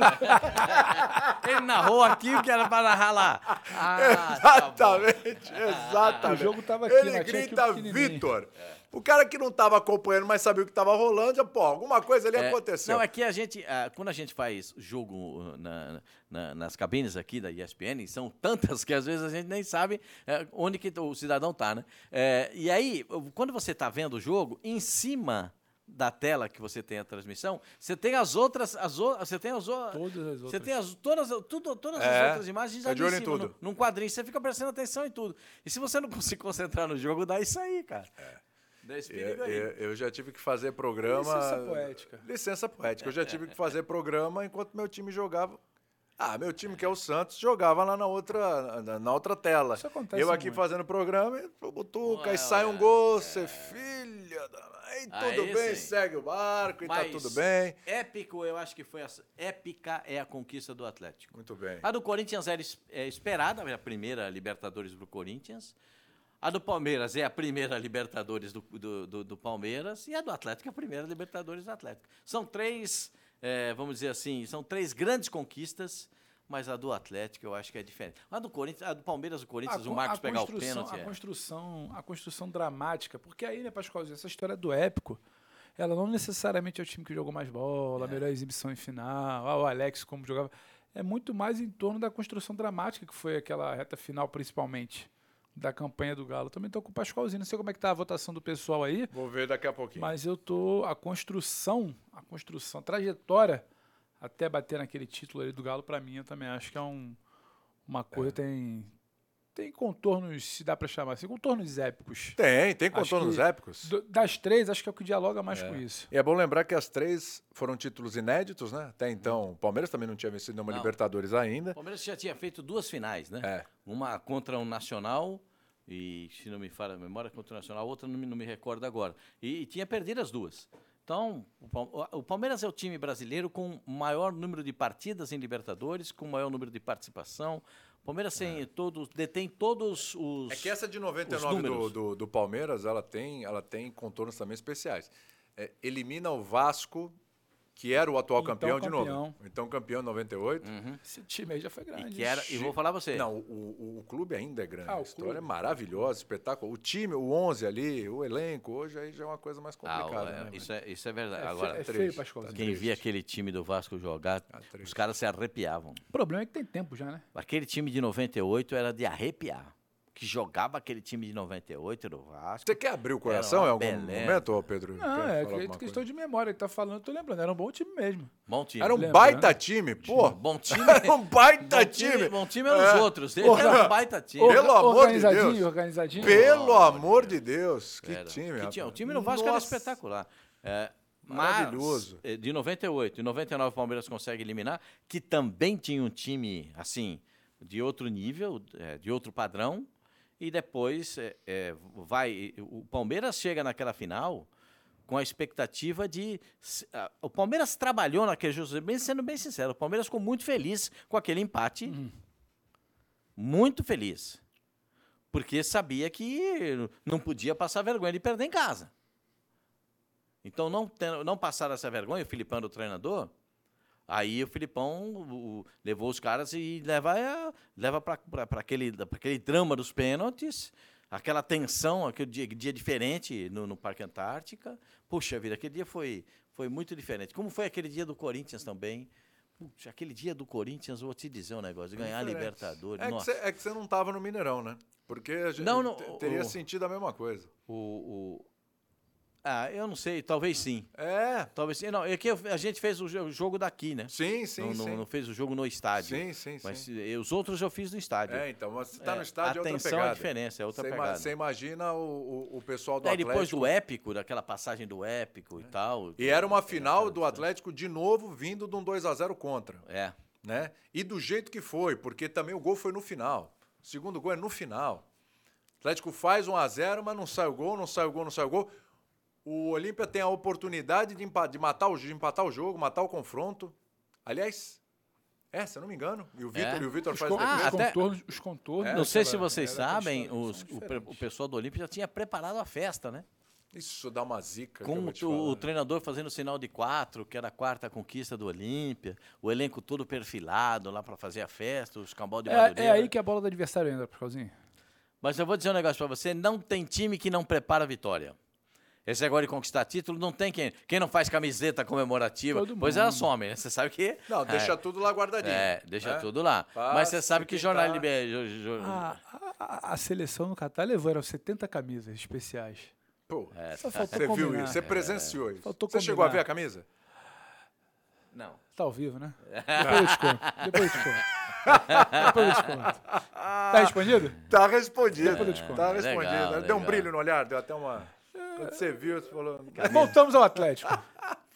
[SPEAKER 3] Ah, tá Ele narrou aqui o que era pra narrar lá. Ah, tá bom.
[SPEAKER 1] Exatamente, exatamente.
[SPEAKER 2] O jogo tava aqui,
[SPEAKER 1] Ele
[SPEAKER 2] né? Tinha aqui
[SPEAKER 1] grita
[SPEAKER 2] o pequenininho.
[SPEAKER 1] Vitor.
[SPEAKER 3] É.
[SPEAKER 1] O cara que não tava acompanhando, mas sabia o que tava rolando, já, pô, alguma coisa ali
[SPEAKER 3] É,
[SPEAKER 1] aconteceu.
[SPEAKER 3] Não, é que a gente, ah, quando a gente faz jogo ah, na- na- nas cabines aqui da ESPN, são tantas que às vezes a gente nem sabe eh, onde que o cidadão tá, né? Eh, e aí, o- quando você tá vendo o jogo, em cima da tela que você tem a transmissão, você tem as outras, as o- você tem as o-
[SPEAKER 2] Todas as
[SPEAKER 3] você
[SPEAKER 2] outras.
[SPEAKER 3] tem as, todas, tudo, todas
[SPEAKER 1] É,
[SPEAKER 3] as outras imagens
[SPEAKER 1] tá
[SPEAKER 3] ali
[SPEAKER 1] de olho
[SPEAKER 3] em
[SPEAKER 1] em
[SPEAKER 3] cima,
[SPEAKER 1] tudo.
[SPEAKER 3] num, num quadrinho. Você fica prestando atenção em tudo. E se você não se concentrar no jogo, dá isso aí, cara.
[SPEAKER 1] É.
[SPEAKER 3] Dá esse
[SPEAKER 1] Eu,
[SPEAKER 3] perigo aí.
[SPEAKER 1] eu- eu já tive que fazer programa.
[SPEAKER 2] Licença poética.
[SPEAKER 1] Licença poética. Eu já tive que fazer programa enquanto meu time jogava. Ah, meu time, que é o Santos, jogava lá na outra, na, na outra tela.
[SPEAKER 2] Isso acontece
[SPEAKER 1] Eu aqui
[SPEAKER 2] muito.
[SPEAKER 1] fazendo programa, e pô, butuca,
[SPEAKER 3] Ué,
[SPEAKER 1] aí sai um
[SPEAKER 3] ué,
[SPEAKER 1] gol, você filha da... Aí tudo
[SPEAKER 3] é, Aí
[SPEAKER 1] bem,
[SPEAKER 3] sim.
[SPEAKER 1] segue o barco, e
[SPEAKER 3] Mas
[SPEAKER 1] tá tudo bem.
[SPEAKER 3] Épico, eu acho que foi a épica é a conquista do Atlético.
[SPEAKER 1] Muito bem.
[SPEAKER 3] A do Corinthians era es- é esperada, era a primeira Libertadores do Corinthians. A do Palmeiras é a primeira Libertadores do, do, do- do Palmeiras. E a do Atlético é a primeira Libertadores do Atlético. São três, é, vamos dizer assim, são três grandes conquistas, mas a do Atlético eu acho que é diferente. A do, Corinthians, a do Palmeiras, o Corinthians, o
[SPEAKER 2] con-
[SPEAKER 3] Marcos pegar o
[SPEAKER 2] construção-
[SPEAKER 3] pênalti.
[SPEAKER 2] A
[SPEAKER 3] é.
[SPEAKER 2] construção, a construção dramática. Porque aí, né, Pascoalzinho, essa história do épico, ela não necessariamente é o time que jogou mais
[SPEAKER 3] É.
[SPEAKER 2] bola, a melhor exibição em final, ah, o Alex como jogava. É muito mais em torno da construção dramática, que foi aquela reta final, principalmente, da campanha do Galo. Também tô com o Pascoalzinho, não sei como é que tá a votação do pessoal aí,
[SPEAKER 1] Vou ver daqui a pouquinho.
[SPEAKER 2] mas eu tô... A construção, a construção, a trajetória... até bater naquele título ali do Galo, pra mim, eu também acho que é um, uma coisa
[SPEAKER 3] É.
[SPEAKER 2] tem tem contornos, se dá pra chamar assim, contornos épicos.
[SPEAKER 1] Tem, tem
[SPEAKER 2] Acho
[SPEAKER 1] contornos
[SPEAKER 2] que-
[SPEAKER 1] épicos.
[SPEAKER 2] Do- das três, acho que é o que dialoga mais com isso.
[SPEAKER 1] E é bom lembrar que as três foram títulos inéditos, né? Até então, o Palmeiras também não tinha vencido nenhuma
[SPEAKER 3] Não.
[SPEAKER 1] Libertadores ainda.
[SPEAKER 3] O Palmeiras já tinha feito duas finais, né?
[SPEAKER 1] É.
[SPEAKER 3] Uma contra o Nacional, e se não me falha a memória, contra o Nacional, outra não me, não me recordo agora. E, e tinha perdido as duas. Então, o Pal- o, o Palmeiras é o time brasileiro com maior número de partidas em Libertadores, com maior número de participação. O Palmeiras tem todos, detém todos os.
[SPEAKER 1] É que essa de
[SPEAKER 3] os
[SPEAKER 1] 99 do,
[SPEAKER 3] números.
[SPEAKER 1] do, do Palmeiras, ela tem, ela tem contornos também especiais. É, elimina o Vasco, que era o atual
[SPEAKER 2] Então
[SPEAKER 1] campeão, de
[SPEAKER 2] campeão. Uhum.
[SPEAKER 1] novo. Então campeão em 98.
[SPEAKER 2] Esse time aí já foi grande.
[SPEAKER 3] E, que era, e vou falar pra você.
[SPEAKER 1] assim, Não, o, o, o clube ainda é grande.
[SPEAKER 2] Ah, o
[SPEAKER 1] a história
[SPEAKER 2] clube.
[SPEAKER 1] é maravilhosa, espetáculo. O time, o 11 ali, o elenco, hoje aí já é uma coisa mais
[SPEAKER 3] Ah,
[SPEAKER 1] complicada.
[SPEAKER 3] é,
[SPEAKER 1] né,
[SPEAKER 3] isso, é, isso é verdade.
[SPEAKER 2] É
[SPEAKER 3] Agora,
[SPEAKER 2] fe- é feio,
[SPEAKER 1] triste,
[SPEAKER 2] Pascoalzinho.
[SPEAKER 3] quem via aquele time do Vasco jogar, os
[SPEAKER 1] É triste.
[SPEAKER 3] caras se arrepiavam.
[SPEAKER 2] O problema é que tem tempo já, né?
[SPEAKER 3] Aquele time de 98 era de arrepiar. Que jogava aquele time de 98 do Vasco.
[SPEAKER 1] Você quer abrir o coração
[SPEAKER 3] é uma
[SPEAKER 1] em algum
[SPEAKER 3] beleza.
[SPEAKER 1] momento, ô Pedro?
[SPEAKER 2] Não,
[SPEAKER 1] Quer
[SPEAKER 2] é
[SPEAKER 1] falar
[SPEAKER 2] que-
[SPEAKER 1] alguma
[SPEAKER 2] questão
[SPEAKER 1] coisa?
[SPEAKER 2] de memória que tá falando, eu tô lembrando. Era um bom time né? mesmo.
[SPEAKER 3] Bom time.
[SPEAKER 1] Era um
[SPEAKER 2] Lembrando.
[SPEAKER 1] baita time, pô.
[SPEAKER 3] bom time.
[SPEAKER 1] Era um baita
[SPEAKER 3] bom time.
[SPEAKER 1] time.
[SPEAKER 3] Bom time eram os
[SPEAKER 1] É.
[SPEAKER 3] outros. Ele era um baita time.
[SPEAKER 1] Pelo amor de
[SPEAKER 2] organizadinho,
[SPEAKER 1] Deus.
[SPEAKER 2] organizadinho.
[SPEAKER 1] Pelo amor de Deus. Que
[SPEAKER 3] Era.
[SPEAKER 1] time,
[SPEAKER 3] Que
[SPEAKER 1] rapaz.
[SPEAKER 3] tinha- O time do Vasco era
[SPEAKER 1] Nossa.
[SPEAKER 3] espetacular. É, mas,
[SPEAKER 1] Maravilhoso.
[SPEAKER 3] eh, de 98 e 99 o Palmeiras consegue eliminar, que também tinha um time, assim, de outro nível, eh, de outro padrão. E depois eh, eh, vai. O Palmeiras chega naquela final com a expectativa de. se- ah, O Palmeiras trabalhou naquele jogo, bem- sendo bem sincero, o Palmeiras ficou muito feliz com aquele empate. Muito feliz. Porque sabia que não podia passar vergonha de perder em casa. Então, não, tendo- não passaram essa vergonha, o Filipão era o treinador. Aí o Filipão o- o- levou os caras e leva, a- leva para aquele, pra aquele drama dos pênaltis, aquela tensão, aquele dia, dia diferente no, no Parque Antártica. Puxa vida, aquele dia foi, foi muito diferente. Como foi aquele dia do Corinthians também? Puxa, aquele dia do Corinthians, vou te dizer um negócio, ganhar a
[SPEAKER 1] Diferente.
[SPEAKER 3] Libertadores.
[SPEAKER 1] É que,
[SPEAKER 3] nossa.
[SPEAKER 1] você, é que você não tava no Mineirão, né? Porque a gente
[SPEAKER 3] Não, não,
[SPEAKER 1] te-
[SPEAKER 3] o-
[SPEAKER 1] teria
[SPEAKER 3] o-
[SPEAKER 1] sentido a mesma coisa.
[SPEAKER 3] O, o- Ah, eu não sei, talvez sim.
[SPEAKER 1] É,
[SPEAKER 3] Talvez sim. Não, é que eu- a gente fez o jo- o jogo daqui, né?
[SPEAKER 1] sim, sim,
[SPEAKER 3] não, não-
[SPEAKER 1] sim.
[SPEAKER 3] não fez o jogo no estádio.
[SPEAKER 1] Sim, sim,
[SPEAKER 3] Mas
[SPEAKER 1] sim.
[SPEAKER 3] eh, os outros eu fiz no estádio.
[SPEAKER 1] É, então, mas você tá no
[SPEAKER 3] É,
[SPEAKER 1] estádio, é outra
[SPEAKER 3] atenção à
[SPEAKER 1] pegada.
[SPEAKER 3] diferença, é outra
[SPEAKER 1] Você ima-
[SPEAKER 3] pegada.
[SPEAKER 1] Você imagina o, o- o pessoal do
[SPEAKER 3] Daí
[SPEAKER 1] Atlético... É.
[SPEAKER 3] depois do épico, daquela passagem do épico e tal. é,
[SPEAKER 1] E era uma final do Atlético de novo vindo de um 2 a 0 contra,
[SPEAKER 3] É.
[SPEAKER 1] né? E do jeito que foi, porque também o gol foi no final. O segundo gol é no final. O Atlético faz 1 a 0, mas não sai o gol, não sai o gol, não sai o gol. O Olímpia tem a oportunidade de, empa- de matar o, de empatar o jogo, matar o confronto. Aliás, é, se eu não me engano, e o Vitor,
[SPEAKER 3] É.
[SPEAKER 1] e o Vitor
[SPEAKER 2] Os,
[SPEAKER 1] faz
[SPEAKER 2] con-
[SPEAKER 1] defesa.
[SPEAKER 2] os
[SPEAKER 3] Ah, até- É,
[SPEAKER 2] contornos, os contornos.
[SPEAKER 1] É,
[SPEAKER 3] Não sei se
[SPEAKER 2] daquela-
[SPEAKER 3] vocês
[SPEAKER 2] era
[SPEAKER 3] sabem,
[SPEAKER 2] questão-
[SPEAKER 3] os-
[SPEAKER 2] são
[SPEAKER 3] o, pre- o
[SPEAKER 2] diferentes.
[SPEAKER 3] pessoal do Olímpia já tinha preparado a festa, né?
[SPEAKER 1] Isso dá uma zica. que eu
[SPEAKER 3] Com
[SPEAKER 1] vou
[SPEAKER 3] o,
[SPEAKER 1] te falar. né?
[SPEAKER 3] o treinador fazendo o sinal de quatro, que era a quarta conquista do Olímpia, o elenco todo perfilado lá para fazer a festa, os cambal de madureira.
[SPEAKER 2] É, é aí que a bola do adversário entra, Pascoalzinho.
[SPEAKER 3] Mas eu vou dizer um negócio pra você: não tem time que não prepara a vitória. Esse negócio de conquistar título não tem quem. Quem não faz camiseta comemorativa,
[SPEAKER 2] Todo
[SPEAKER 3] pois ela
[SPEAKER 2] mundo.
[SPEAKER 3] some, né? Você sabe que.
[SPEAKER 1] Não, deixa
[SPEAKER 3] é,
[SPEAKER 1] tudo lá guardadinho.
[SPEAKER 3] É, deixa
[SPEAKER 1] né?
[SPEAKER 3] tudo lá. Mas
[SPEAKER 1] Passa
[SPEAKER 3] você sabe que
[SPEAKER 1] quem
[SPEAKER 3] jornal
[SPEAKER 1] tá.
[SPEAKER 3] liber- jo- jo-
[SPEAKER 1] Ah.
[SPEAKER 2] A, a- a seleção no Catar levou, eram 70 camisas especiais.
[SPEAKER 1] Pô,
[SPEAKER 3] É.
[SPEAKER 2] Só faltou
[SPEAKER 1] Você
[SPEAKER 2] combinar.
[SPEAKER 1] viu isso, você presenciou isso.
[SPEAKER 2] Faltou
[SPEAKER 1] Você chegou a ver
[SPEAKER 2] combinar.
[SPEAKER 1] a camisa?
[SPEAKER 3] Não.
[SPEAKER 2] Tá ao vivo, né? Depois eu te conto. Depois eu te conto. Depois eu te conto. Tá respondido?
[SPEAKER 1] Tá respondido.
[SPEAKER 2] Depois eu te conto. É
[SPEAKER 1] Tá
[SPEAKER 3] Legal,
[SPEAKER 1] respondido. deu
[SPEAKER 3] legal.
[SPEAKER 1] um brilho no olhar, deu até uma. Quando você viu, você falou.
[SPEAKER 2] Voltamos ao Atlético.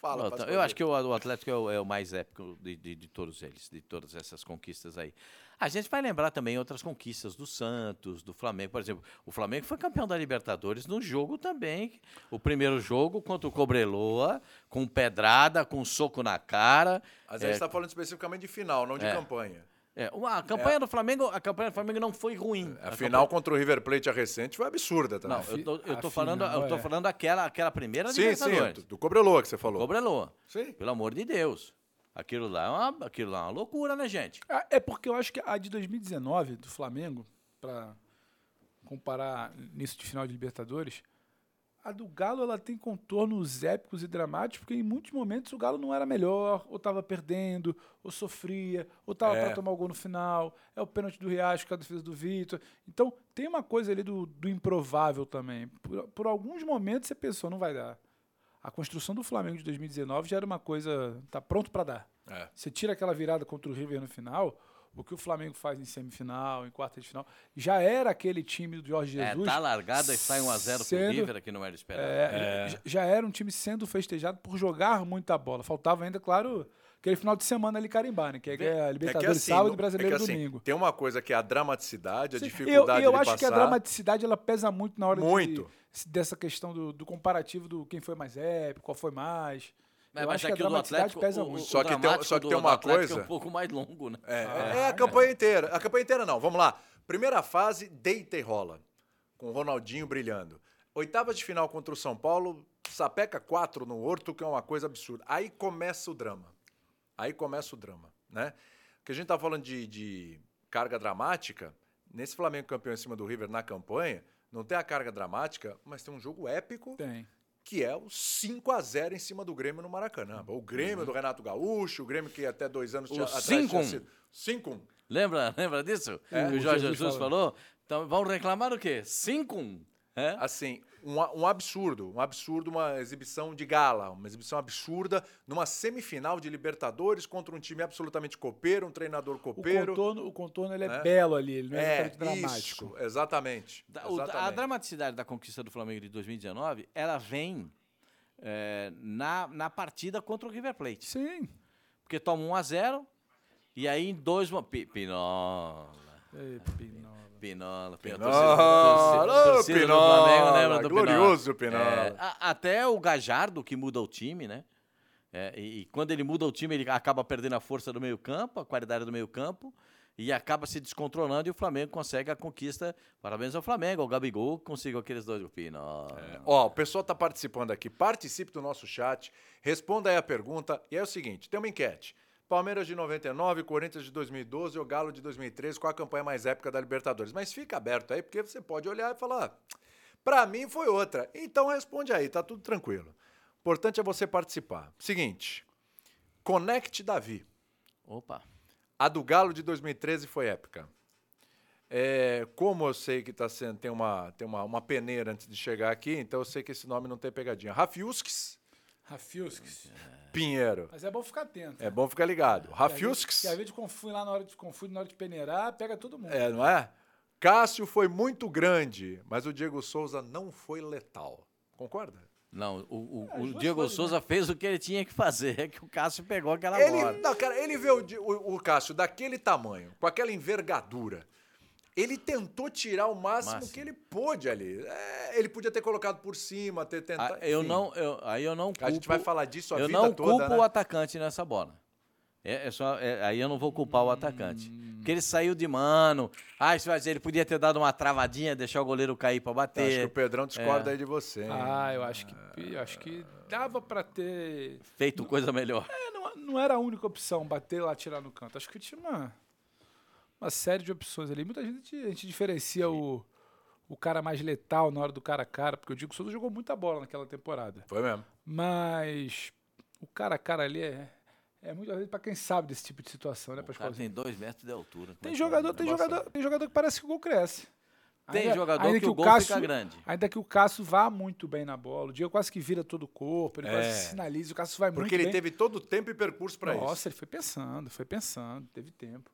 [SPEAKER 1] Fala,
[SPEAKER 3] Pronto,
[SPEAKER 2] tá,
[SPEAKER 1] Pascoal.
[SPEAKER 3] tá, eu acho que o, o Atlético é o, é o mais épico de, de- de todos eles, de todas essas conquistas aí. A gente vai lembrar também outras conquistas do Santos, do Flamengo. Por exemplo, o Flamengo foi campeão da Libertadores no jogo também. O primeiro jogo contra o Cobreloa, com pedrada, com soco na cara.
[SPEAKER 1] Mas a
[SPEAKER 3] É,
[SPEAKER 1] gente tá falando especificamente de final, não de
[SPEAKER 3] É.
[SPEAKER 1] campanha.
[SPEAKER 3] é, uma- a campanha do Flamengo, a campanha do Flamengo não foi ruim.
[SPEAKER 1] É, A
[SPEAKER 3] A
[SPEAKER 1] final contra o River Plate a recente foi absurda também.
[SPEAKER 3] campanha- não, eu tô, eu
[SPEAKER 2] a
[SPEAKER 3] tô falando,
[SPEAKER 2] final,
[SPEAKER 3] eu tô
[SPEAKER 2] é.
[SPEAKER 3] falando aquela, aquela primeira
[SPEAKER 1] sim, sim,
[SPEAKER 3] Libertadores.
[SPEAKER 1] do- do Cobreloa que você falou.
[SPEAKER 3] Cobreloa.
[SPEAKER 1] Sim.
[SPEAKER 3] Pelo amor de Deus. Aquilo lá, é uma, aquilo lá é uma loucura, né, gente?
[SPEAKER 2] Ah, É porque eu acho que a de 2019 do Flamengo, pra comparar nisso de final de Libertadores, a do Galo ela tem contornos épicos e dramáticos, porque em muitos momentos o Galo não era melhor, ou tava perdendo, ou sofria, ou tava
[SPEAKER 1] É.
[SPEAKER 2] pra tomar o gol no final, é o pênalti do Riacho, que é a defesa do Vitor. Então tem uma coisa ali do, do improvável também. Por, por alguns momentos você pensou, não vai dar. A construção do Flamengo de 2019 já era uma coisa, tá pronto pra dar.
[SPEAKER 1] É.
[SPEAKER 2] Você tira aquela virada contra o River no final, o que o Flamengo faz em semifinal, em quarta de final, já era aquele time do Jorge
[SPEAKER 3] É,
[SPEAKER 2] Jesus.
[SPEAKER 3] tá largada e sai 1x0 pro
[SPEAKER 2] sendo-
[SPEAKER 3] River, que não era esperado.
[SPEAKER 2] É, j- Já era um time sendo festejado por jogar muita bola. Faltava ainda, claro, aquele final de semana ali carimbar, né? Que é, a Libertadores sábado
[SPEAKER 1] no-
[SPEAKER 2] e Brasileiro
[SPEAKER 1] é que assim,
[SPEAKER 2] domingo.
[SPEAKER 1] Tem uma coisa que é a dramaticidade, a
[SPEAKER 2] eu
[SPEAKER 1] dificuldade
[SPEAKER 2] eu
[SPEAKER 1] de
[SPEAKER 2] acho
[SPEAKER 1] passar.
[SPEAKER 2] que é a dramaticidade ela pesa muito na hora de-
[SPEAKER 1] Muito.
[SPEAKER 2] dessa questão do, do comparativo do quem foi mais épico, qual foi mais.
[SPEAKER 3] Mas,
[SPEAKER 2] eu
[SPEAKER 3] mas
[SPEAKER 2] acho que a
[SPEAKER 3] aqui o do
[SPEAKER 2] dramaticidade
[SPEAKER 3] Atlético,
[SPEAKER 2] pesa
[SPEAKER 3] o- o,
[SPEAKER 2] muito.
[SPEAKER 3] o
[SPEAKER 1] Só que tem-
[SPEAKER 3] dramático
[SPEAKER 1] só que
[SPEAKER 3] do-
[SPEAKER 1] tem
[SPEAKER 3] do
[SPEAKER 1] uma
[SPEAKER 3] Atlético
[SPEAKER 1] coisa-
[SPEAKER 3] É um pouco mais longo, né?
[SPEAKER 1] É,
[SPEAKER 2] Ah,
[SPEAKER 1] é a campanha inteira. A campanha inteira não. Vamos lá. Primeira fase, deita e rola. Com o Ronaldinho brilhando. Oitavas de final contra o São Paulo, sapeca 4 no Horto, que é uma coisa absurda. Aí começa o drama. Aí começa o drama, né? Porque a gente tá falando de, de carga dramática. Nesse Flamengo campeão em cima do River na campanha, não tem a carga dramática, mas tem um jogo épico
[SPEAKER 2] Tem.
[SPEAKER 1] que é o 5 a 0 em cima do Grêmio no Maracanã. O Grêmio do Renato Gaúcho, o Grêmio que até dois anos
[SPEAKER 3] Uhum. O
[SPEAKER 1] tinha atrás
[SPEAKER 3] 5 a 1.
[SPEAKER 1] tinha sido 5 a 1.
[SPEAKER 3] Lembra, lembra disso?
[SPEAKER 2] É,
[SPEAKER 3] que o
[SPEAKER 2] o
[SPEAKER 3] Jorge Jesus,
[SPEAKER 2] Jesus
[SPEAKER 3] falou. Então vão reclamar o quê? 5-1. É?
[SPEAKER 1] Assim, um, a- um absurdo, um absurdo, uma exibição de gala, uma exibição absurda numa semifinal de Libertadores contra um time absolutamente copeiro, um treinador
[SPEAKER 2] O
[SPEAKER 1] copeiro.
[SPEAKER 2] contorno, o contorno ele é,
[SPEAKER 1] né?
[SPEAKER 2] belo ali, ele não é,
[SPEAKER 1] é,
[SPEAKER 2] exatamente dramático.
[SPEAKER 1] isso, exatamente.
[SPEAKER 3] Da- o- a
[SPEAKER 1] exatamente.
[SPEAKER 3] dramaticidade da conquista do Flamengo de 2019, ela vem é, na, na partida contra o River Plate.
[SPEAKER 2] Sim.
[SPEAKER 3] Porque toma 1 a 0 e aí em dois... mo- Pi- Pinola.
[SPEAKER 2] Ei, Pinola.
[SPEAKER 3] Pinola, Pinola,
[SPEAKER 1] Pinola,
[SPEAKER 3] torcida-
[SPEAKER 1] ô,
[SPEAKER 3] torcida do
[SPEAKER 1] Pinola,
[SPEAKER 3] Flamengo lembra do
[SPEAKER 1] glorioso Pinola.
[SPEAKER 3] É, a- até o Gajardo que muda o time, né? É, e, e quando ele muda o time, ele acaba perdendo a força do meio-campo, a qualidade do meio-campo, e acaba se descontrolando e o Flamengo consegue a conquista. Parabéns ao Flamengo, ao Gabigol, que conseguiu aqueles dois. Pinola.
[SPEAKER 1] Ó, o pessoal tá participando aqui. Participe do nosso chat, responda aí a pergunta. E é o seguinte, tem uma enquete. Palmeiras de 99, Corinthians de 2012 ou Galo de 2013, qual a campanha mais épica da Libertadores? Mas fica aberto aí, porque você pode olhar e falar, "Ah, pra mim foi outra. Então responde aí, tá tudo tranquilo. Importante é você participar. Seguinte, Conect Davi.
[SPEAKER 3] Opa.
[SPEAKER 1] A do Galo de 2013 foi épica. É, como eu sei que tá sendo, tem, uma, tem uma, uma peneira antes de chegar aqui, então eu sei que esse nome não tem pegadinha. Rafiusques
[SPEAKER 2] Rafiusques.
[SPEAKER 1] Pinheiro.
[SPEAKER 2] Mas é bom ficar atento.
[SPEAKER 1] É bom ficar ligado.
[SPEAKER 2] Que às vezes-
[SPEAKER 1] Rafiusques,
[SPEAKER 2] Que às vezes confunde lá na hora de, confunde na hora de peneirar, pega todo mundo.
[SPEAKER 1] é, não é? Cássio foi muito grande, mas o Diego Souza não foi letal. Concorda?
[SPEAKER 3] Não, o, o-
[SPEAKER 2] É,
[SPEAKER 3] o
[SPEAKER 2] as duas
[SPEAKER 3] Diego
[SPEAKER 2] coisas, né?
[SPEAKER 3] Souza fez o que ele tinha que fazer, é que o Cássio pegou aquela bola.
[SPEAKER 1] Ele, não, cara, ele vê o, Di- o- o Cássio daquele tamanho, com aquela envergadura. Ele tentou tirar o máximo,
[SPEAKER 3] Máximo.
[SPEAKER 1] que ele pôde ali. É, ele podia ter colocado por cima, ter
[SPEAKER 3] Ah,
[SPEAKER 1] tentado.
[SPEAKER 3] eu
[SPEAKER 1] enfim.
[SPEAKER 3] não, eu- aí eu não culpo.
[SPEAKER 1] A gente vai falar disso a
[SPEAKER 3] eu
[SPEAKER 1] vida
[SPEAKER 3] não
[SPEAKER 1] toda,
[SPEAKER 3] culpo
[SPEAKER 1] né?
[SPEAKER 3] o atacante nessa bola. É, é só, é- aí eu não vou culpar
[SPEAKER 1] Hum.
[SPEAKER 3] o atacante. Porque ele saiu de mano. Ah, isso vai dizer, ele podia ter dado uma travadinha, deixar o goleiro cair pra
[SPEAKER 1] Acho que
[SPEAKER 3] bater.
[SPEAKER 1] o Pedrão
[SPEAKER 3] é.
[SPEAKER 1] discorda aí de você. hein?
[SPEAKER 2] Ah, eu acho que eu acho que dava pra ter.
[SPEAKER 3] Feito coisa melhor.
[SPEAKER 2] É, não, não era a única opção bater lá tirar no canto. Acho que tinha uma, uma série de opções ali. Muita gente a gente diferencia o, o cara mais letal na hora do cara a cara, porque o Diego Souza jogou muita bola naquela temporada.
[SPEAKER 1] Foi mesmo.
[SPEAKER 2] Mas o cara a cara ali é é muitas vezes pra quem sabe desse tipo de situação, né,
[SPEAKER 3] O cara tem
[SPEAKER 2] Pascoalzinho?
[SPEAKER 3] dois metros de altura.
[SPEAKER 2] Tem jogador, tem
[SPEAKER 3] Negócio-
[SPEAKER 2] jogador, tem jogador que parece que o gol cresce.
[SPEAKER 3] Tem
[SPEAKER 2] Ainda-
[SPEAKER 3] jogador
[SPEAKER 2] ainda
[SPEAKER 3] que, o gol fica
[SPEAKER 2] Cássio-
[SPEAKER 3] grande.
[SPEAKER 2] Ainda que o Cássio vá muito bem na bola, o Diego quase que vira todo o corpo, ele
[SPEAKER 1] É.
[SPEAKER 2] quase sinaliza, o Cássio vai muito
[SPEAKER 1] Porque ele
[SPEAKER 2] bem.
[SPEAKER 1] teve todo o tempo e percurso pra
[SPEAKER 2] Nossa,
[SPEAKER 1] isso.
[SPEAKER 2] ele foi pensando, foi pensando, teve tempo.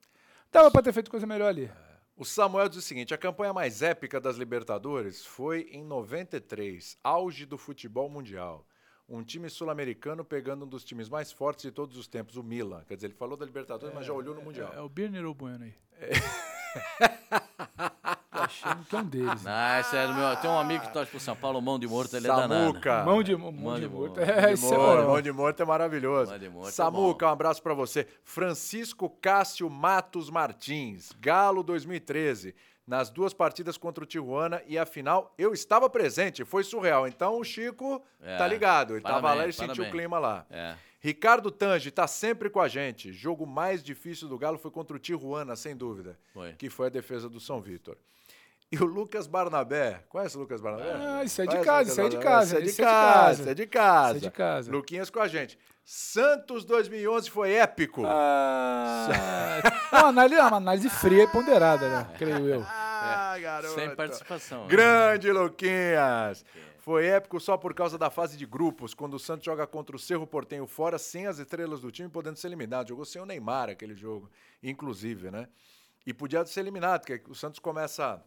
[SPEAKER 2] Dava pra ter feito coisa melhor ali.
[SPEAKER 1] O Samuel diz o seguinte: a campanha mais épica das Libertadores foi em 93, auge do futebol mundial. Um time sul-americano pegando um dos times mais fortes de todos os tempos, o Milan. Quer dizer, ele falou da Libertadores, mas já olhou no Mundial.
[SPEAKER 3] um
[SPEAKER 2] É, o Birner ou o Bueno aí? Tô achando que é um deles. né?
[SPEAKER 3] Ah, isso é do meu. Tem um amigo que torce pro São Paulo, mão de morto, ele é danado.
[SPEAKER 1] Samuca.
[SPEAKER 2] Mão de, mão
[SPEAKER 3] Mão de
[SPEAKER 2] de
[SPEAKER 3] morto.
[SPEAKER 2] morto.
[SPEAKER 1] Ah, Mão
[SPEAKER 2] É,
[SPEAKER 1] de
[SPEAKER 2] isso é
[SPEAKER 1] morto,
[SPEAKER 2] bom.
[SPEAKER 1] mão de morto é maravilhoso.
[SPEAKER 3] Mão de morto é
[SPEAKER 1] Samuca, um abraço pra você. Francisco Cássio Matos Martins, Galo 2013. Nas duas partidas contra o Tijuana e a final, eu estava presente, foi surreal. Então o Chico
[SPEAKER 3] É,
[SPEAKER 1] tá ligado, ele estava tava
[SPEAKER 3] parabéns,
[SPEAKER 1] lá e sentiu o
[SPEAKER 3] parabéns.
[SPEAKER 1] clima lá.
[SPEAKER 3] É.
[SPEAKER 1] Ricardo Tange tá sempre com a gente. Jogo mais difícil do Galo foi contra o Tijuana, sem dúvida,
[SPEAKER 3] Foi.
[SPEAKER 1] que foi a defesa do São Vítor. E o Lucas Barnabé, conhece o Lucas Barnabé?
[SPEAKER 2] Ah, isso é de
[SPEAKER 1] Conhece o
[SPEAKER 2] casa, isso é
[SPEAKER 1] Lucas
[SPEAKER 2] de
[SPEAKER 1] Barnabé?
[SPEAKER 2] casa.
[SPEAKER 1] Isso é de casa, isso é de casa.
[SPEAKER 2] Isso é de casa.
[SPEAKER 1] Luquinhas com a gente. Santos 2011 foi épico.
[SPEAKER 2] Ah, uma análise, uma análise fria e ponderada, né? Creio eu.
[SPEAKER 1] Ah, garoto.
[SPEAKER 3] Sem participação. né?
[SPEAKER 1] Grande Luquinhas. Foi épico só por causa da fase de grupos, quando o Santos joga contra o Cerro Portenho fora, sem as estrelas do time, podendo ser eliminado. Jogou sem o Neymar aquele jogo, inclusive, né? E podia ser eliminado, porque o Santos começa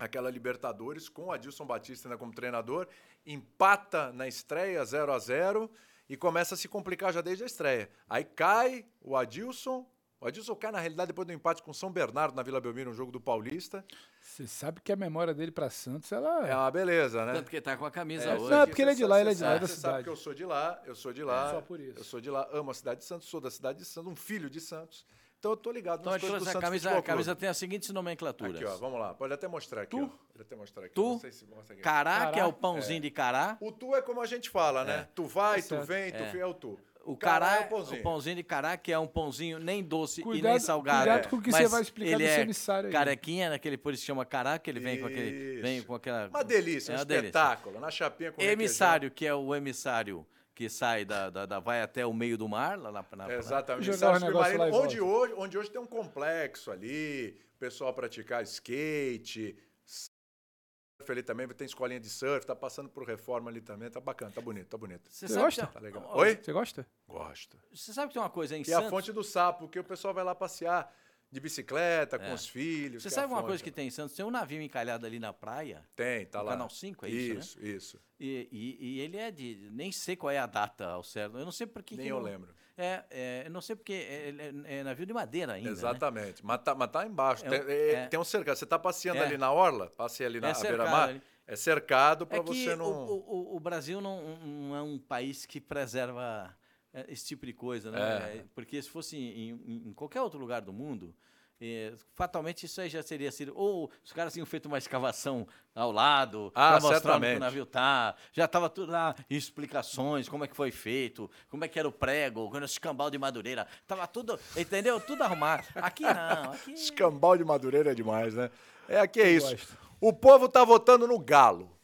[SPEAKER 1] aquela Libertadores com o Adilson Batista ainda como treinador, empata na estreia 0 a 0 e começa a se complicar já desde a estreia. Aí cai o Adilson. O Adilson cai, na realidade, depois do empate com o São Bernardo na Vila Belmiro, um jogo do Paulista.
[SPEAKER 2] Você sabe que a memória dele pra Santos, ela.
[SPEAKER 1] É uma beleza, né?
[SPEAKER 4] Tanto que tá com a camisa
[SPEAKER 1] É,
[SPEAKER 4] hoje.
[SPEAKER 2] Não, é porque ele é de lá, ele é de
[SPEAKER 1] Você
[SPEAKER 2] lá,
[SPEAKER 1] sabe-
[SPEAKER 2] é da
[SPEAKER 1] você sabe
[SPEAKER 2] cidade.
[SPEAKER 1] que eu sou de lá, eu sou de lá.
[SPEAKER 2] É, só por isso.
[SPEAKER 1] Eu sou de lá, amo a cidade de Santos, sou da cidade de Santos, um filho de Santos. Então eu tô ligado
[SPEAKER 3] Então
[SPEAKER 1] nas
[SPEAKER 3] a,
[SPEAKER 1] coisas do
[SPEAKER 3] gente- a
[SPEAKER 1] Santos
[SPEAKER 3] camisa,
[SPEAKER 1] Futebol
[SPEAKER 3] a camisa
[SPEAKER 1] Clube.
[SPEAKER 3] tem as seguintes nomenclaturas.
[SPEAKER 1] Aqui, ó, vamos lá. Pode até mostrar aqui,
[SPEAKER 3] Tu?
[SPEAKER 1] ó. Pode até mostrar aqui.
[SPEAKER 3] Tu?
[SPEAKER 1] Não sei se mostra aqui.
[SPEAKER 3] Cará, que é o
[SPEAKER 2] Cará,
[SPEAKER 3] pãozinho de cará.
[SPEAKER 1] O tu é como a gente fala, né? Tu vai, tu
[SPEAKER 2] É. certo.
[SPEAKER 1] vem, tu fica é o tu.
[SPEAKER 3] O
[SPEAKER 1] é
[SPEAKER 3] cará,
[SPEAKER 1] o pãozinho.
[SPEAKER 3] o pãozinho de cará, que é um pãozinho nem doce e nem
[SPEAKER 2] Cuidado-
[SPEAKER 3] salgado.
[SPEAKER 2] cuidado com o que
[SPEAKER 3] mas
[SPEAKER 2] você vai explicar
[SPEAKER 3] ele
[SPEAKER 2] desse
[SPEAKER 3] é
[SPEAKER 2] emissário aí.
[SPEAKER 3] Carequinha, naquele por isso chama cará, que ele vem com aquele. Vem
[SPEAKER 1] Isso.
[SPEAKER 3] com aquela.
[SPEAKER 1] Uma delícia,
[SPEAKER 3] é
[SPEAKER 1] um
[SPEAKER 3] uma delícia.
[SPEAKER 1] espetáculo. né, Na chapinha com
[SPEAKER 3] Emissário, que é o emissário que sai da, da, da- vai até o meio do mar, lá na, na,
[SPEAKER 1] requeijão.
[SPEAKER 3] na-
[SPEAKER 1] Exatamente.
[SPEAKER 2] Jogar
[SPEAKER 1] Emissário
[SPEAKER 2] um negócio
[SPEAKER 1] submarino,
[SPEAKER 2] lá e
[SPEAKER 1] onde hoje, onde hoje tem um complexo ali, o pessoal praticar skate, surf ali também, tem escolinha de surf, tá passando por reforma ali também, tá bacana, tá bonito, tá bonito.
[SPEAKER 3] Você
[SPEAKER 2] Você
[SPEAKER 3] sabe,
[SPEAKER 2] gosta?
[SPEAKER 3] que
[SPEAKER 1] Tá
[SPEAKER 3] tem-
[SPEAKER 1] legal.
[SPEAKER 3] ó,
[SPEAKER 1] Oi?
[SPEAKER 2] Você gosta?
[SPEAKER 1] Gosto.
[SPEAKER 3] Você sabe que tem uma coisa em
[SPEAKER 1] Que é a
[SPEAKER 3] Santos?
[SPEAKER 1] fonte do sapo, que o pessoal vai lá passear de bicicleta, com os filhos.
[SPEAKER 3] Você
[SPEAKER 1] que é a
[SPEAKER 3] sabe uma
[SPEAKER 1] fonte,
[SPEAKER 3] coisa que
[SPEAKER 1] né?
[SPEAKER 3] tem em Santos? Tem um navio encalhado ali na praia,
[SPEAKER 1] Tem, tá
[SPEAKER 3] no
[SPEAKER 1] lá.
[SPEAKER 3] Canal 5, é isso, né?
[SPEAKER 1] isso, isso.
[SPEAKER 3] e, e- e ele é de. Nem sei qual é a data ao certo. Eu não sei por que.
[SPEAKER 1] Nem
[SPEAKER 3] que
[SPEAKER 1] eu
[SPEAKER 3] não-
[SPEAKER 1] lembro.
[SPEAKER 3] É, é, eu não sei porque. É, é- é navio de madeira ainda. né?
[SPEAKER 1] Exatamente. Mas, tá, mas tá embaixo.
[SPEAKER 3] É
[SPEAKER 1] tem,
[SPEAKER 3] um-
[SPEAKER 1] é-
[SPEAKER 3] é.
[SPEAKER 1] tem um cercado. Você tá passeando
[SPEAKER 3] É.
[SPEAKER 1] ali na orla, passei ali na
[SPEAKER 3] É
[SPEAKER 1] à
[SPEAKER 3] cercado
[SPEAKER 1] beira-mar.
[SPEAKER 3] ali.
[SPEAKER 1] É cercado
[SPEAKER 3] É
[SPEAKER 1] para
[SPEAKER 3] que
[SPEAKER 1] você
[SPEAKER 3] o-
[SPEAKER 1] não.
[SPEAKER 3] o, o- o Brasil não, não é um país que preserva eh, esse tipo de
[SPEAKER 1] É.
[SPEAKER 3] coisa, né? Porque se fosse em, em- em qualquer outro lugar do mundo, eh, fatalmente isso aí já seria sido. Ou os caras tinham feito uma escavação ao lado,
[SPEAKER 1] Ah,
[SPEAKER 3] pra mostrar onde que
[SPEAKER 1] certamente.
[SPEAKER 3] o navio tá. Já estava tudo lá, explicações, como é que foi feito, como é que era o prego, quando escambau de madureira. Tava tudo, entendeu? Tudo arrumado. Aqui não, aqui.
[SPEAKER 1] Escambau de Madureira é demais, né? É aqui é isso.
[SPEAKER 2] gosto.
[SPEAKER 1] O povo tá votando no Galo.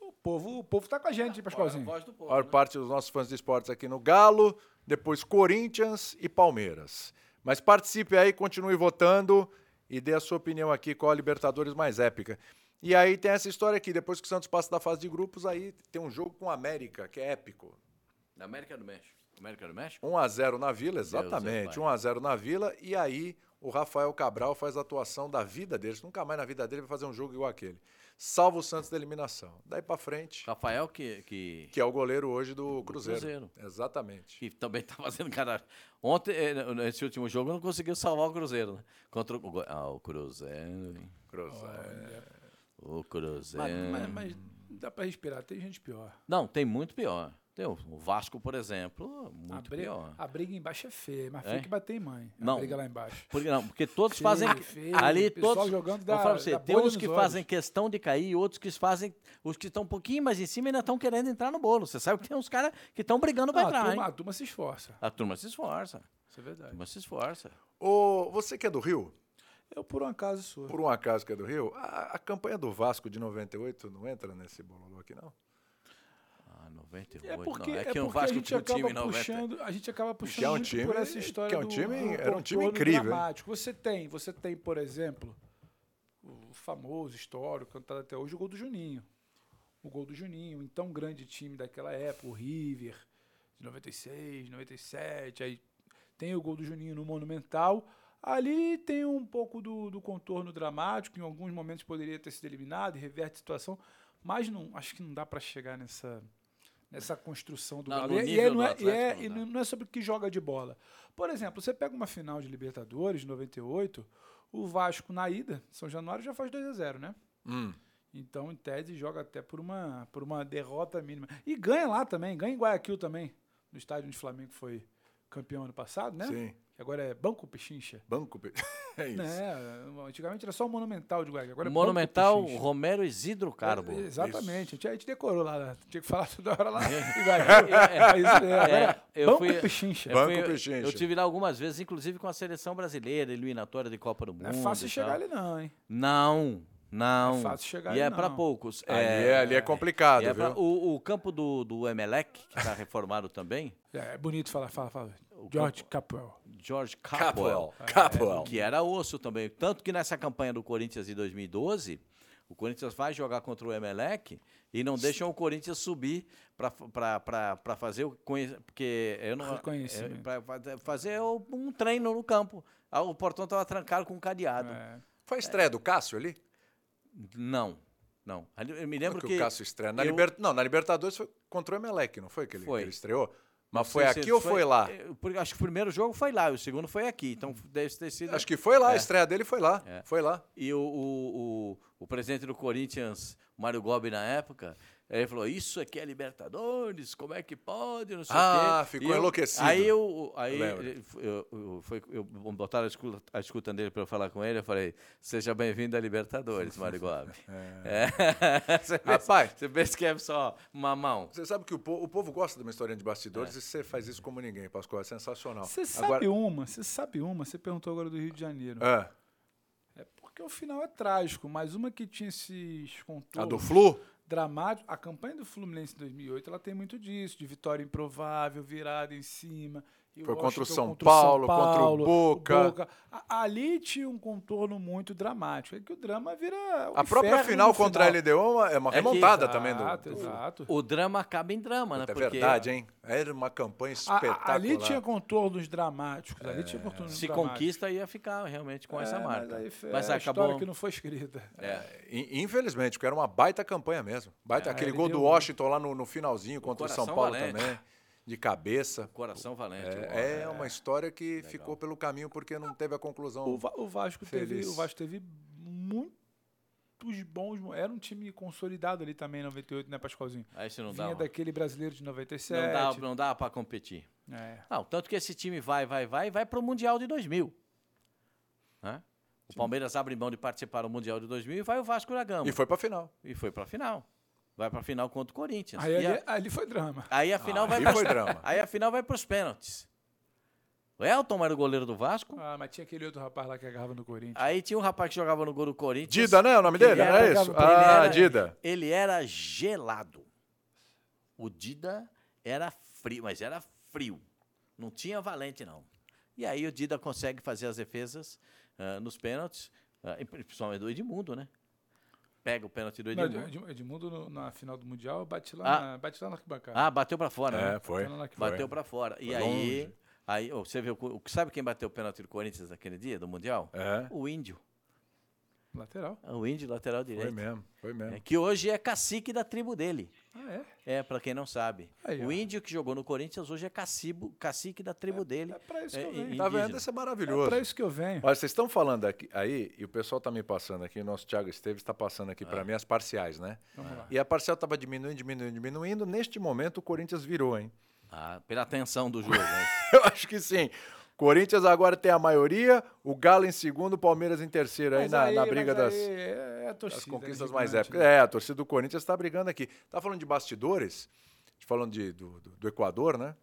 [SPEAKER 2] O povo, o povo tá com a gente, hein, Pascoalzinho?
[SPEAKER 3] Voz do povo, né?
[SPEAKER 1] A maior parte dos nossos fãs de esportes aqui no Galo, depois Corinthians e Palmeiras. Mas participe aí, continue votando e dê a sua opinião aqui qual a Libertadores mais épica. E aí tem essa história aqui, depois que o Santos passa da fase de grupos, aí tem um jogo com o América, que é épico.
[SPEAKER 3] Da América do México. América do México?
[SPEAKER 1] 1 a 0 na Vila,
[SPEAKER 3] é
[SPEAKER 1] exatamente.
[SPEAKER 3] pai.
[SPEAKER 1] 1 a 0 na Vila e aí o Rafael Cabral faz a atuação da vida dele. Nunca mais na vida dele vai fazer um jogo igual aquele. Salva o Santos da eliminação. Daí pra frente,
[SPEAKER 3] Rafael que- que...
[SPEAKER 1] que é o goleiro hoje do Cruzeiro.
[SPEAKER 3] Cruzeiro.
[SPEAKER 1] Exatamente.
[SPEAKER 3] que também tá fazendo cara. Ontem, eh, nesse último jogo, não conseguiu salvar o Cruzeiro, né? Contra o. Go- Ah, o Cruzeiro. hein?
[SPEAKER 1] Cruzeiro.
[SPEAKER 3] O
[SPEAKER 2] Mas,
[SPEAKER 3] Cruzeiro.
[SPEAKER 2] mas- mas dá pra respirar, tem gente pior.
[SPEAKER 3] Não, tem muito pior. Tem o o Vasco, por exemplo, muito
[SPEAKER 2] a, briga,
[SPEAKER 3] pior.
[SPEAKER 2] a briga embaixo é feia, mas
[SPEAKER 3] É?
[SPEAKER 2] fica que bater em mãe. A
[SPEAKER 3] Não.
[SPEAKER 2] briga lá embaixo.
[SPEAKER 3] Porque, não, porque todos
[SPEAKER 2] Feio,
[SPEAKER 3] fazem.
[SPEAKER 2] feio,
[SPEAKER 3] ali
[SPEAKER 2] o pessoal
[SPEAKER 3] todos.
[SPEAKER 2] jogando
[SPEAKER 3] vou
[SPEAKER 2] da-
[SPEAKER 3] falar pra você,
[SPEAKER 2] da
[SPEAKER 3] tem
[SPEAKER 2] bolha
[SPEAKER 3] uns
[SPEAKER 2] nos
[SPEAKER 3] que
[SPEAKER 2] olhos.
[SPEAKER 3] fazem questão de cair, e outros que fazem. Os que estão um pouquinho mais em cima ainda estão querendo entrar no bolo. Você sabe que tem uns caras que estão brigando pra
[SPEAKER 2] Não, Ah, a,
[SPEAKER 3] entrar.
[SPEAKER 2] turma,
[SPEAKER 3] hein?
[SPEAKER 2] a turma se esforça.
[SPEAKER 3] A turma se esforça.
[SPEAKER 2] Isso é
[SPEAKER 3] A
[SPEAKER 2] verdade.
[SPEAKER 3] turma se esforça.
[SPEAKER 1] Ô, você que é do Rio,
[SPEAKER 2] Eu, por um acaso, sou.
[SPEAKER 1] por um acaso que é do Rio, a, a campanha do Vasco de 98 não entra nesse bololô aqui, não?
[SPEAKER 3] Ah, 98.
[SPEAKER 2] É porque,
[SPEAKER 3] não,
[SPEAKER 2] é
[SPEAKER 3] que o
[SPEAKER 2] porque
[SPEAKER 3] Vasco
[SPEAKER 2] a gente
[SPEAKER 3] tinha um time
[SPEAKER 2] acaba
[SPEAKER 3] em 90.
[SPEAKER 2] puxando, a gente acaba puxando
[SPEAKER 1] é um
[SPEAKER 2] muito
[SPEAKER 1] time-
[SPEAKER 2] por essa história
[SPEAKER 1] que é um
[SPEAKER 2] do-
[SPEAKER 1] time-
[SPEAKER 2] do
[SPEAKER 1] era um time
[SPEAKER 2] contorno
[SPEAKER 1] incrível, hein?
[SPEAKER 2] dramático. Você tem, você tem, por exemplo, o famoso histórico cantado até hoje, o gol do Juninho. O gol do Juninho, então grande time daquela época, o River de 96, 97, aí tem o gol do Juninho no Monumental. Ali tem um pouco do, do contorno dramático, em alguns momentos poderia ter sido eliminado e reverte a situação, mas não, acho que não dá para chegar nessa nessa construção do
[SPEAKER 3] Não,
[SPEAKER 2] Galo.
[SPEAKER 3] no
[SPEAKER 2] E- E,
[SPEAKER 3] nível
[SPEAKER 2] é-
[SPEAKER 3] do
[SPEAKER 2] não é, e,
[SPEAKER 3] Atlético
[SPEAKER 2] é-
[SPEAKER 3] não
[SPEAKER 2] e
[SPEAKER 3] dá.
[SPEAKER 2] não- não é sobre o que joga de bola. Por exemplo, você pega uma final de Libertadores, 98, o Vasco na ida, São Januário já faz 2 a 0 né?
[SPEAKER 1] Hum.
[SPEAKER 2] Então, em tese, joga até por uma, por uma derrota mínima. E ganha lá também, ganha em Guayaquil também, no estádio onde o Flamengo foi campeão ano passado, né?
[SPEAKER 1] Sim.
[SPEAKER 2] Que agora é Banco Pichincha.
[SPEAKER 1] Banco. Pe- é isso.
[SPEAKER 2] Né? Antigamente era só o Monumental de Guayaquil. Agora é Banco
[SPEAKER 3] Monumental
[SPEAKER 2] Pichincha.
[SPEAKER 3] Romero Isidro Carbo.
[SPEAKER 2] É, Exatamente. A gente, a gente decorou lá, né? tinha que falar toda hora lá. em Guayaquil. É isso aí, agora
[SPEAKER 3] eu
[SPEAKER 2] Banco
[SPEAKER 3] fui- É.
[SPEAKER 2] Pichincha.
[SPEAKER 3] Eu
[SPEAKER 1] Banco
[SPEAKER 3] fui-
[SPEAKER 1] Pechincha.
[SPEAKER 3] Eu tive lá algumas vezes, inclusive com a seleção brasileira, eliminatória de Copa do Mundo.
[SPEAKER 2] Não é fácil
[SPEAKER 3] e
[SPEAKER 2] chegar
[SPEAKER 3] tal.
[SPEAKER 2] ali não, hein?
[SPEAKER 3] Não, não.
[SPEAKER 2] É fácil chegar
[SPEAKER 3] E
[SPEAKER 2] ali,
[SPEAKER 3] é pra
[SPEAKER 2] não.
[SPEAKER 3] poucos.
[SPEAKER 1] Ali, é, ali é complicado,
[SPEAKER 3] e é
[SPEAKER 1] viu?
[SPEAKER 3] pra- o, o campo do, do Emelec, que está reformado também,
[SPEAKER 2] É, é bonito falar, fala, fala. George Capwell.
[SPEAKER 3] George Capwell, É,
[SPEAKER 1] Capwell.
[SPEAKER 3] que era osso também. Tanto que nessa campanha do Corinthians de 2012, O Corinthians vai jogar contra o Emelec e não deixam o Corinthians subir para fazer o conhe- porque eu não
[SPEAKER 2] Reconhecimento.
[SPEAKER 3] para fazer o- um treino no campo. Ah, O portão estava trancado com um cadeado.
[SPEAKER 2] É.
[SPEAKER 1] Foi a estreia do Cássio ali?
[SPEAKER 3] Não, não. Ali- Eu me lembro
[SPEAKER 1] Porque
[SPEAKER 3] que
[SPEAKER 1] o Cássio estreia. Na
[SPEAKER 3] eu-
[SPEAKER 1] Liber- Não, na Libertadores foi contra o Emelec, não foi que ele,
[SPEAKER 3] Foi.
[SPEAKER 1] que ele estreou? Mas
[SPEAKER 3] Não
[SPEAKER 1] foi
[SPEAKER 3] sei se
[SPEAKER 1] aqui ou foi, lá?
[SPEAKER 3] eh, por- Acho que o primeiro jogo foi lá, e o segundo foi aqui. Então deve ter sido.
[SPEAKER 1] Acho que foi lá,
[SPEAKER 3] É.
[SPEAKER 1] a estreia dele foi lá.
[SPEAKER 3] É.
[SPEAKER 1] Foi lá.
[SPEAKER 3] E o, o, o, o presidente do Corinthians, Mário Gobi, na época, ele falou: Isso aqui é Libertadores, como é que pode? Não sei
[SPEAKER 1] Ah,
[SPEAKER 3] o quê.
[SPEAKER 1] ficou
[SPEAKER 3] E eu-
[SPEAKER 1] enlouquecido.
[SPEAKER 3] Aí eu. Aí
[SPEAKER 1] Lembro.
[SPEAKER 3] ele- eu, eu, foi, eu botaram a escuta, a escuta dele para eu falar com ele. Eu falei: Seja bem-vindo a Libertadores, Mário Gobi. É. você, pensa,
[SPEAKER 1] Rapaz,
[SPEAKER 3] você pensa que é só mamão.
[SPEAKER 1] você sabe que o, po- o povo gosta de uma historinha de bastidores e você faz isso como ninguém, Pascoal. É sensacional.
[SPEAKER 2] Você sabe uma, você sabe uma, você perguntou agora do Rio de Janeiro.
[SPEAKER 1] É.
[SPEAKER 2] É porque o final é trágico, mas uma que tinha esses
[SPEAKER 1] A do
[SPEAKER 2] contornos
[SPEAKER 1] Flu?
[SPEAKER 2] dramáticos. A campanha do Fluminense em 2008 ela tem muito disso, de vitória improvável, virada em cima. e
[SPEAKER 1] Foi contra o
[SPEAKER 2] Washington
[SPEAKER 1] São Paulo, contra o Boca.
[SPEAKER 2] A- Ali tinha um contorno muito dramático. É que o drama vira. o
[SPEAKER 1] A própria
[SPEAKER 2] inferno
[SPEAKER 1] final
[SPEAKER 2] no
[SPEAKER 1] contra a LDU é uma- é uma
[SPEAKER 3] que-
[SPEAKER 1] remontada
[SPEAKER 2] Exato,
[SPEAKER 1] também do.
[SPEAKER 2] Exato.
[SPEAKER 3] O drama acaba em drama, né?
[SPEAKER 1] É
[SPEAKER 3] Porque
[SPEAKER 1] verdade, hein? Era uma campanha
[SPEAKER 2] A- a-
[SPEAKER 1] espetacular. É.
[SPEAKER 2] ali tinha contornos dramáticos. Ali tinha contornos
[SPEAKER 3] se
[SPEAKER 2] dramáticos.
[SPEAKER 3] conquista, ia ficar realmente com essa
[SPEAKER 2] É,
[SPEAKER 3] marca.
[SPEAKER 2] Mas, aí foi-
[SPEAKER 3] Mas
[SPEAKER 2] é a
[SPEAKER 3] acabou.
[SPEAKER 2] história que não foi escrita.
[SPEAKER 3] É.
[SPEAKER 1] In- Infelizmente, porque era uma baita campanha mesmo. Baita, aquele
[SPEAKER 2] ele
[SPEAKER 1] gol do
[SPEAKER 2] deu-
[SPEAKER 1] Washington lá no, no finalzinho contra o São
[SPEAKER 3] coração
[SPEAKER 1] Paulo
[SPEAKER 3] valente.
[SPEAKER 1] também, de cabeça.
[SPEAKER 3] Coração valente. ó.
[SPEAKER 1] É, é uma história que ficou pelo caminho porque não teve a conclusão.
[SPEAKER 2] O, Va- o Vasco teve,
[SPEAKER 1] Feliz.
[SPEAKER 2] o Vasco teve muitos bons. mo- Era um time consolidado ali também, em 98, né, Pascoalzinho?
[SPEAKER 3] Aí você não dá,
[SPEAKER 2] Vinha
[SPEAKER 3] uma-
[SPEAKER 2] daquele brasileiro de 97.
[SPEAKER 3] não dá, não dá para competir.
[SPEAKER 2] É.
[SPEAKER 3] Não, tanto que esse time vai, vai, vai, vai pro Mundial de 2000. né? O Palmeiras abre mão de participar do Mundial de 2000 e vai o Vasco da Gama.
[SPEAKER 1] E foi pra final.
[SPEAKER 3] E foi pra final. Vai pra final contra o Corinthians.
[SPEAKER 2] Aí
[SPEAKER 3] E a-
[SPEAKER 2] ali, ali foi drama.
[SPEAKER 3] aí a final vai
[SPEAKER 1] aí
[SPEAKER 3] pros-
[SPEAKER 1] foi drama.
[SPEAKER 3] Aí a final vai pros pênaltis. O Elton era o goleiro do Vasco.
[SPEAKER 2] Ah, mas tinha aquele outro rapaz lá que agarrava no Corinthians.
[SPEAKER 3] Aí tinha um rapaz que jogava no gol do Corinthians.
[SPEAKER 1] Dida, né? O nome dele?
[SPEAKER 3] Ele
[SPEAKER 1] Não é
[SPEAKER 2] era-
[SPEAKER 1] isso?
[SPEAKER 2] ele
[SPEAKER 1] Ah,
[SPEAKER 3] era-
[SPEAKER 1] Dida.
[SPEAKER 3] Ele era gelado. O Dida era frio, mas era frio. Não tinha valente, não. E aí o Dida consegue fazer as defesas ah, nos pênaltis, ah, e principalmente do Edmundo, né? Pega o pênalti do
[SPEAKER 2] Não,
[SPEAKER 3] Edmundo.
[SPEAKER 2] Edmundo, Edmundo no- na final do Mundial bate lá,
[SPEAKER 3] Ah.
[SPEAKER 2] na, bate lá na arquibancada.
[SPEAKER 3] Ah, bateu pra fora, né?
[SPEAKER 1] É, foi.
[SPEAKER 2] Tá lá que
[SPEAKER 1] foi.
[SPEAKER 3] Bateu pra fora. e
[SPEAKER 1] Foi
[SPEAKER 3] aí,
[SPEAKER 1] longe.
[SPEAKER 3] aí ô, você viu, o- sabe quem bateu o pênalti do Corinthians naquele dia, do Mundial?
[SPEAKER 1] É,
[SPEAKER 3] O Índio.
[SPEAKER 2] Lateral.
[SPEAKER 3] O Índio, lateral
[SPEAKER 1] foi
[SPEAKER 3] direito.
[SPEAKER 1] mesmo, foi mesmo.
[SPEAKER 3] É, que hoje é cacique da tribo dele.
[SPEAKER 2] Ah, é?
[SPEAKER 3] É, pra quem não sabe.
[SPEAKER 2] Aí,
[SPEAKER 3] o
[SPEAKER 2] ó.
[SPEAKER 3] índio que jogou no Corinthians hoje é cacibo, cacique da tribo dele.
[SPEAKER 2] É pra isso que
[SPEAKER 3] É,
[SPEAKER 2] eu venho.
[SPEAKER 3] e-
[SPEAKER 1] Tá vendo?
[SPEAKER 3] indígena.
[SPEAKER 1] Isso é
[SPEAKER 2] É
[SPEAKER 1] maravilhoso.
[SPEAKER 2] pra isso que eu venho.
[SPEAKER 1] Olha, vocês estão falando aqui aí, e o pessoal tá me passando aqui, o nosso Thiago Esteves está passando aqui pra mim as parciais, né?
[SPEAKER 2] Vamos lá.
[SPEAKER 1] E a parcial tava diminuindo, diminuindo, diminuindo. Neste momento, o Corinthians virou, hein?
[SPEAKER 3] Ah, pela tensão do jogo. né?
[SPEAKER 1] Eu acho que sim. Corinthians agora tem a maioria, o Galo em segundo, o Palmeiras em terceiro, aí
[SPEAKER 2] Mas
[SPEAKER 1] na, na
[SPEAKER 2] aí-
[SPEAKER 1] briga
[SPEAKER 2] mas
[SPEAKER 1] das,
[SPEAKER 2] aí é, é a
[SPEAKER 1] das
[SPEAKER 2] torcida, né,
[SPEAKER 1] conquistas
[SPEAKER 2] gigante,
[SPEAKER 1] mais épicas.
[SPEAKER 2] né?
[SPEAKER 1] É, a torcida do Corinthians está brigando aqui. Tá falando de bastidores, tá falando de, do, do- do Equador, né?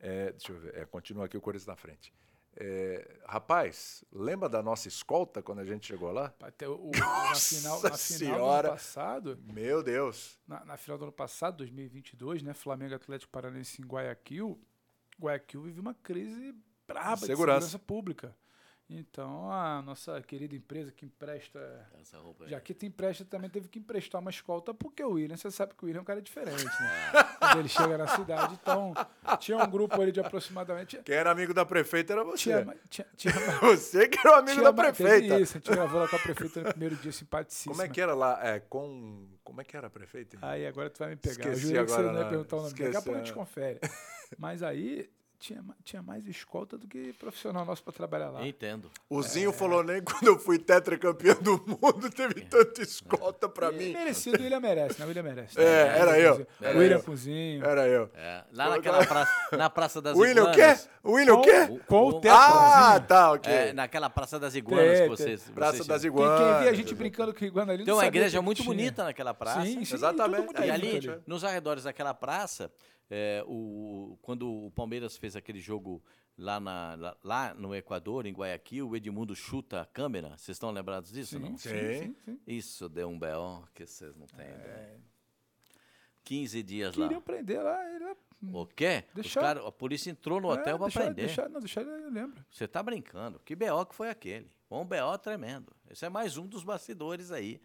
[SPEAKER 1] É, deixa eu ver, é, continua aqui o Corinthians na frente. É, rapaz, lembra da nossa escolta quando a gente chegou lá?
[SPEAKER 2] Até o, o- na final, na final do
[SPEAKER 1] Senhora.
[SPEAKER 2] ano passado,
[SPEAKER 1] Meu Deus.
[SPEAKER 2] na, na final do ano passado, 2022, né? Flamengo e Atlético Paranaense em Guayaquil. Guayaquil vive uma crise braba de
[SPEAKER 1] Segurança.
[SPEAKER 2] segurança pública. Então, a nossa querida empresa que empresta.
[SPEAKER 3] Essa
[SPEAKER 1] É.
[SPEAKER 3] roupa aí.
[SPEAKER 2] Jaqueta empresta também teve que emprestar uma escolta, porque o William, você sabe que o William é um cara diferente, né?
[SPEAKER 1] É.
[SPEAKER 2] Quando ele chega na cidade, então tinha um grupo ali de aproximadamente.
[SPEAKER 1] Quem era amigo da prefeita era você.
[SPEAKER 2] Tinha, tinha, tinha,
[SPEAKER 1] Você que era o amigo
[SPEAKER 2] tinha-
[SPEAKER 1] da
[SPEAKER 2] teve
[SPEAKER 1] prefeita.
[SPEAKER 2] Isso, a gente gravou lá com a prefeita no primeiro dia, simpaticíssima.
[SPEAKER 1] Como é que era lá? É, com. Como é que era a prefeita?
[SPEAKER 2] Aí agora tu vai me pegar.
[SPEAKER 1] Esqueci
[SPEAKER 2] eu jurei que você
[SPEAKER 1] agora,
[SPEAKER 2] não ia
[SPEAKER 1] né?
[SPEAKER 2] perguntar o nome. Daqui a
[SPEAKER 1] Esqueci,
[SPEAKER 2] pouco a gente
[SPEAKER 1] é.
[SPEAKER 2] confere. Mas aí tinha, ma- tinha mais escolta do que profissional nosso pra trabalhar lá.
[SPEAKER 3] Entendo.
[SPEAKER 1] O
[SPEAKER 2] é.
[SPEAKER 1] Zinho falou nem quando eu fui tetracampeão do mundo teve tanta escolta pra
[SPEAKER 2] E
[SPEAKER 1] mim.
[SPEAKER 2] merecido, o William merece, né? O William merece.
[SPEAKER 1] É,
[SPEAKER 2] né?
[SPEAKER 1] era eu, era
[SPEAKER 2] O William
[SPEAKER 1] eu.
[SPEAKER 2] Cozinho.
[SPEAKER 1] Era eu.
[SPEAKER 3] É, lá naquela praça, na Praça das
[SPEAKER 1] William o quê?
[SPEAKER 3] Iguanas.
[SPEAKER 1] William o quê?
[SPEAKER 2] Com o
[SPEAKER 3] o-
[SPEAKER 2] Teco.
[SPEAKER 1] Ah, tá, ok.
[SPEAKER 3] É, naquela Praça das Iguanas que
[SPEAKER 2] Tem,
[SPEAKER 3] vocês...
[SPEAKER 1] Praça
[SPEAKER 3] vocês
[SPEAKER 1] das
[SPEAKER 3] chamam.
[SPEAKER 2] Quem, quem via a gente
[SPEAKER 1] Iguanas.
[SPEAKER 2] brincando com o Iguana ali não
[SPEAKER 3] Tem uma
[SPEAKER 2] sabia
[SPEAKER 3] igreja
[SPEAKER 2] que
[SPEAKER 3] muito
[SPEAKER 2] tinha.
[SPEAKER 3] bonita naquela praça.
[SPEAKER 2] Sim, sim.
[SPEAKER 1] Exatamente.
[SPEAKER 2] todo mundo
[SPEAKER 1] Aí
[SPEAKER 3] E
[SPEAKER 2] tem
[SPEAKER 3] ali,
[SPEAKER 2] muito
[SPEAKER 3] nos arredores daquela praça, é, o, quando o Palmeiras fez aquele jogo lá, na- lá- lá no Equador, em Guayaquil, o Edmundo chuta a câmera. Vocês estão lembrados disso, não?
[SPEAKER 2] Sim, sim, sim, sim.
[SPEAKER 3] Isso deu um B.O. que vocês não têm
[SPEAKER 2] É.
[SPEAKER 3] ideia. 15 dias lá.
[SPEAKER 2] Queriam prender lá. Ele...
[SPEAKER 3] O quê? Os
[SPEAKER 2] Deixar-
[SPEAKER 3] cara- a polícia entrou no hotel
[SPEAKER 2] é,
[SPEAKER 3] pra
[SPEAKER 2] deixar-
[SPEAKER 3] prender.
[SPEAKER 2] deixar- não, deixar ele, eu lembro.
[SPEAKER 3] Você tá brincando. Que B.O. que foi aquele? Um B.O. tremendo. Esse é mais um dos bastidores aí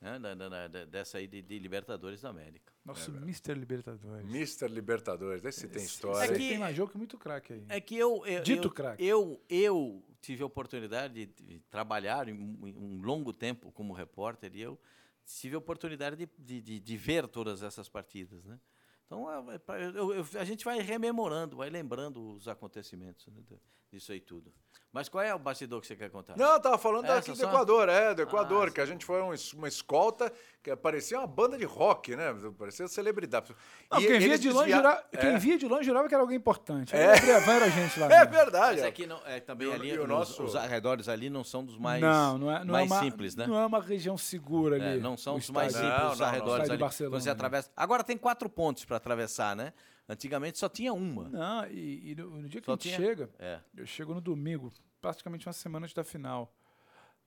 [SPEAKER 3] né, da- da- da- da- dessa aí de, de Libertadores da América.
[SPEAKER 1] É,
[SPEAKER 2] Nosso Mr. Libertadores.
[SPEAKER 1] Mr. Libertadores, esse tem
[SPEAKER 2] É
[SPEAKER 1] história.
[SPEAKER 3] É
[SPEAKER 2] que...
[SPEAKER 3] que-
[SPEAKER 2] Tem mais jogo que muito craque aí.
[SPEAKER 3] É que eu. eu
[SPEAKER 2] Dito
[SPEAKER 3] eu,
[SPEAKER 2] craque.
[SPEAKER 3] Eu, eu tive a oportunidade de- de trabalhar em um, em um longo tempo como repórter e eu tive a oportunidade de, de, de- de ver todas essas partidas, né? Então é- é pra- eu- eu- a gente vai rememorando, vai lembrando os acontecimentos né, do- disso aí tudo. Mas qual é o bastidor que você quer contar?
[SPEAKER 1] Não, eu tava falando
[SPEAKER 3] Essa
[SPEAKER 1] daqui do
[SPEAKER 3] só?
[SPEAKER 1] Equador, é, do Equador,
[SPEAKER 3] Ah,
[SPEAKER 1] que a gente foi um es- uma escolta que parecia uma banda de rock, né? Parecia celebridade.
[SPEAKER 2] Não,
[SPEAKER 1] E É.
[SPEAKER 2] quem, via
[SPEAKER 1] eles
[SPEAKER 2] de longe,
[SPEAKER 1] desviaram-
[SPEAKER 2] jurava, quem via de longe jurava que era alguém importante. Aí o Brevan era a gente lá.
[SPEAKER 1] É
[SPEAKER 2] mesmo.
[SPEAKER 1] verdade.
[SPEAKER 3] Mas
[SPEAKER 1] ó.
[SPEAKER 3] É. é que não, é, também
[SPEAKER 1] E o-
[SPEAKER 3] ali,
[SPEAKER 1] e o
[SPEAKER 3] nos-
[SPEAKER 1] nosso-
[SPEAKER 3] os arredores ali não são dos mais,
[SPEAKER 2] não, não é, não
[SPEAKER 3] mais
[SPEAKER 2] é uma,
[SPEAKER 3] simples, né?
[SPEAKER 2] Não é uma região segura
[SPEAKER 3] É,
[SPEAKER 2] ali.
[SPEAKER 3] não são
[SPEAKER 2] o
[SPEAKER 3] os mais
[SPEAKER 2] estádio.
[SPEAKER 1] simples.
[SPEAKER 3] simples
[SPEAKER 1] Não,
[SPEAKER 3] os
[SPEAKER 1] não, não.
[SPEAKER 3] arredores
[SPEAKER 2] Estádio de
[SPEAKER 3] ali.
[SPEAKER 2] Barcelona,
[SPEAKER 3] Quando você
[SPEAKER 2] né?
[SPEAKER 3] atravessa. Agora tem quatro pontos para atravessar, né? Antigamente só tinha uma.
[SPEAKER 2] Não, e, e no, no dia que
[SPEAKER 3] Só
[SPEAKER 2] a gente
[SPEAKER 3] tinha-
[SPEAKER 2] chega,
[SPEAKER 3] É.
[SPEAKER 2] eu chego no domingo, praticamente uma semana antes da final.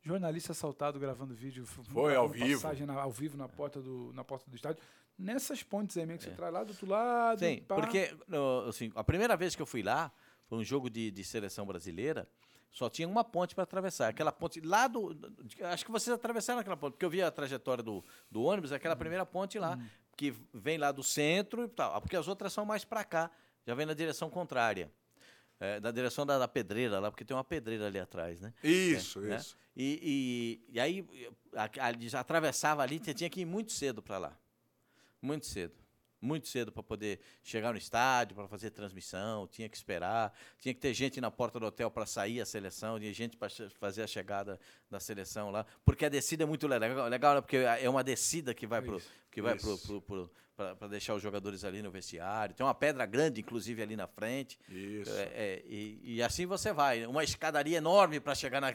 [SPEAKER 2] Jornalista assaltado gravando vídeo. f-
[SPEAKER 1] Foi ao
[SPEAKER 2] marcando
[SPEAKER 1] vivo.
[SPEAKER 2] Passagem na- ao vivo na porta, do, na porta do estádio. Nessas pontes aí, meio que você traz lá do outro lado.
[SPEAKER 3] Tem,
[SPEAKER 2] pá.
[SPEAKER 3] É. porque no- assim, a primeira vez que eu fui lá, foi um jogo de, de seleção brasileira, só tinha uma ponte para atravessar. Aquela ponte lá do. de- Acho que vocês atravessaram aquela ponte, porque eu vi a trajetória do, do ônibus,
[SPEAKER 2] Hum.
[SPEAKER 3] aquela primeira ponte lá, que vem lá do centro e tal. Ah, Porque as outras são mais para cá, já vem na direção contrária. É, na direção da, da pedreira lá, porque tem uma pedreira ali atrás, né?
[SPEAKER 1] Isso,
[SPEAKER 3] né?
[SPEAKER 1] isso.
[SPEAKER 3] E, e, e aí a- a- ele já atravessava ali, você tinha que ir muito cedo para lá. Muito cedo. Muito cedo para poder chegar no estádio, para fazer transmissão, tinha que esperar, tinha que ter gente na porta do hotel para sair a seleção, tinha gente para fazer a chegada da seleção lá, porque a descida é muito legal, legal né? porque é uma descida que vai pro, que vai pro,
[SPEAKER 1] isso.
[SPEAKER 3] pro, para deixar os jogadores ali no vestiário. Tem uma pedra grande, inclusive, ali na frente.
[SPEAKER 1] Isso.
[SPEAKER 3] É, é, e, e assim você vai. Uma escadaria enorme para chegar na-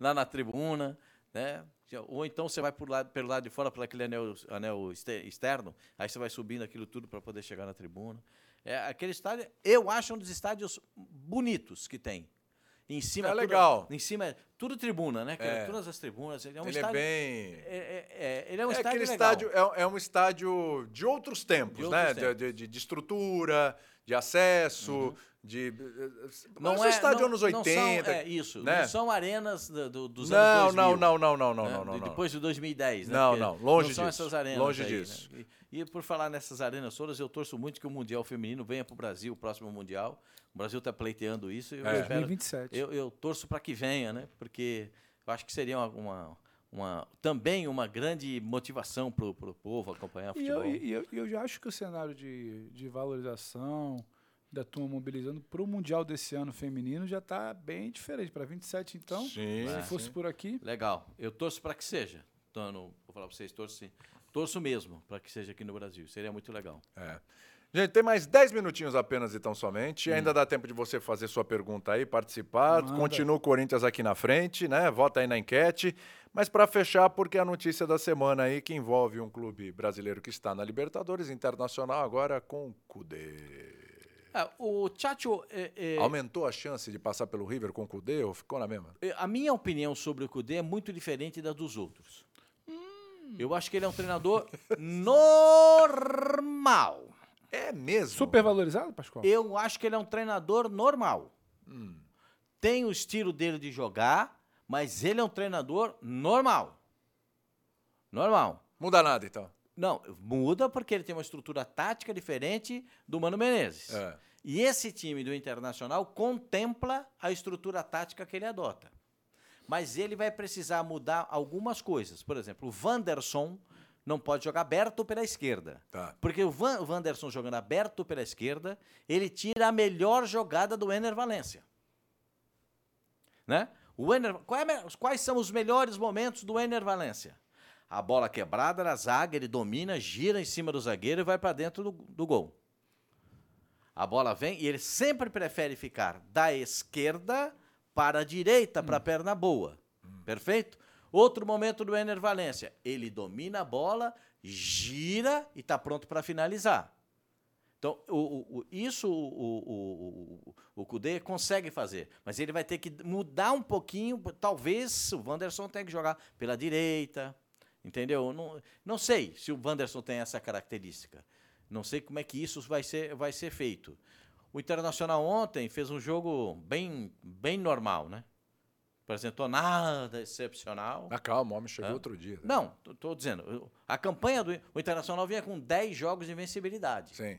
[SPEAKER 3] lá na tribuna, né? Ou então você vai por lado- pelo lado de fora, por aquele anel, anel este- externo, aí você vai subindo aquilo tudo para poder chegar na tribuna. É, aquele estádio, eu acho um dos estádios bonitos que tem. Em cima
[SPEAKER 1] É
[SPEAKER 3] tudo-
[SPEAKER 1] legal.
[SPEAKER 3] em cima é tudo tribuna, né? cara?
[SPEAKER 1] É.
[SPEAKER 3] Todas as tribunas. É um
[SPEAKER 1] Ele é
[SPEAKER 3] estádio.
[SPEAKER 1] bem.
[SPEAKER 3] é- é- é- ele é um
[SPEAKER 1] É
[SPEAKER 3] estádio
[SPEAKER 1] aquele
[SPEAKER 3] legal.
[SPEAKER 1] estádio, é, é um estádio de outros tempos,
[SPEAKER 3] De outros
[SPEAKER 1] né?
[SPEAKER 3] tempos.
[SPEAKER 1] De, de- de estrutura, de acesso, de. eh, Não é um
[SPEAKER 3] é-
[SPEAKER 1] estádio
[SPEAKER 3] não-
[SPEAKER 1] anos
[SPEAKER 3] não
[SPEAKER 1] 80.
[SPEAKER 3] são- é isso.
[SPEAKER 1] né?
[SPEAKER 3] Não são arenas do- do- dos
[SPEAKER 1] não,
[SPEAKER 3] anos 2000.
[SPEAKER 1] não, não, não, não, não,
[SPEAKER 3] né?
[SPEAKER 1] não, não,
[SPEAKER 3] De-
[SPEAKER 1] não.
[SPEAKER 3] Depois de 2010, né?
[SPEAKER 1] Não,
[SPEAKER 3] Porque
[SPEAKER 1] não, longe
[SPEAKER 3] não são
[SPEAKER 1] disso,
[SPEAKER 3] essas arenas
[SPEAKER 1] longe
[SPEAKER 3] aí, né?
[SPEAKER 1] disso.
[SPEAKER 3] E, e por falar nessas arenas todas, eu torço muito que o Mundial Feminino venha para o Brasil, o próximo Mundial. O Brasil está pleiteando isso. e Eu,
[SPEAKER 1] É.
[SPEAKER 3] espero,
[SPEAKER 2] 2027.
[SPEAKER 3] eu, eu torço para que venha, né? Porque eu acho que seria uma, uma- uma- também uma grande motivação para o povo acompanhar o
[SPEAKER 2] E
[SPEAKER 3] Tá futebol.
[SPEAKER 2] eu, e eu, e eu já acho que o cenário de, de valorização da turma mobilizando para o Mundial desse ano feminino já está bem diferente. Para 27, então,
[SPEAKER 1] Sim.
[SPEAKER 2] se
[SPEAKER 3] É,
[SPEAKER 2] fosse
[SPEAKER 3] sim.
[SPEAKER 2] por aqui,
[SPEAKER 3] Legal. Eu torço para que seja. Então, eu não vou falar para vocês, torço sim. Torço mesmo para que seja aqui no Brasil. Seria muito legal.
[SPEAKER 1] É. Gente, tem mais 10 minutinhos apenas, então, somente. Ainda dá tempo de você fazer sua pergunta aí, participar.
[SPEAKER 2] Hum. Manda.
[SPEAKER 1] Continua o Corinthians aqui na frente, né? Vota aí na enquete. Mas para fechar, porque é a notícia da semana aí que envolve um clube brasileiro que está na Libertadores Internacional agora com o Cudê.
[SPEAKER 3] Ah, o Chacho... é- é-
[SPEAKER 1] Aumentou a chance de passar pelo River com o Cudê ou ficou na mesma?
[SPEAKER 3] Eu- Eh, A minha opinião sobre o Cudê é muito diferente da dos outros. Eu acho que ele é um treinador normal.
[SPEAKER 1] É mesmo.
[SPEAKER 2] super valorizado, Pascoal?
[SPEAKER 3] Eu acho que ele é um treinador normal. Tem o estilo dele de jogar, mas ele é um treinador normal. Normal.
[SPEAKER 1] Muda nada, então.
[SPEAKER 3] Não, muda porque ele tem uma estrutura tática diferente do Mano Menezes.
[SPEAKER 1] É.
[SPEAKER 3] E esse time do Internacional contempla a estrutura tática que ele adota. Mas ele vai precisar mudar algumas coisas. Por exemplo, o Wanderson não pode jogar aberto pela esquerda.
[SPEAKER 1] Tá.
[SPEAKER 3] Porque o, Van, o Wanderson jogando aberto pela esquerda, ele tira a melhor jogada do Ener Valência. Né? O Ener, qual é a me- quais são os melhores momentos do Ener Valência? A bola quebrada na zaga, ele domina, gira em cima do zagueiro e vai para dentro do- do gol. A bola vem e ele sempre prefere ficar da esquerda para a direita, para a perna boa. Perfeito? Outro momento do Ener Valência. Ele domina a bola, gira e está pronto para finalizar. Então, o- o- o- isso o, o, o, o, o Kudê consegue fazer. Mas ele vai ter que mudar um pouquinho. Talvez o Wanderson tenha que jogar pela direita. Entendeu? Não, não sei se o Wanderson tem essa característica. Não sei como é que isso vai ser, vai ser feito. O Internacional ontem fez um jogo bem, bem normal, né? apresentou nada excepcional.
[SPEAKER 1] Ah, calma, o homem
[SPEAKER 3] É.
[SPEAKER 1] chegou outro dia. né?
[SPEAKER 3] Não, tô, tô dizendo, eu- a campanha do o Internacional vinha com 10 jogos de invencibilidade.
[SPEAKER 1] Sim.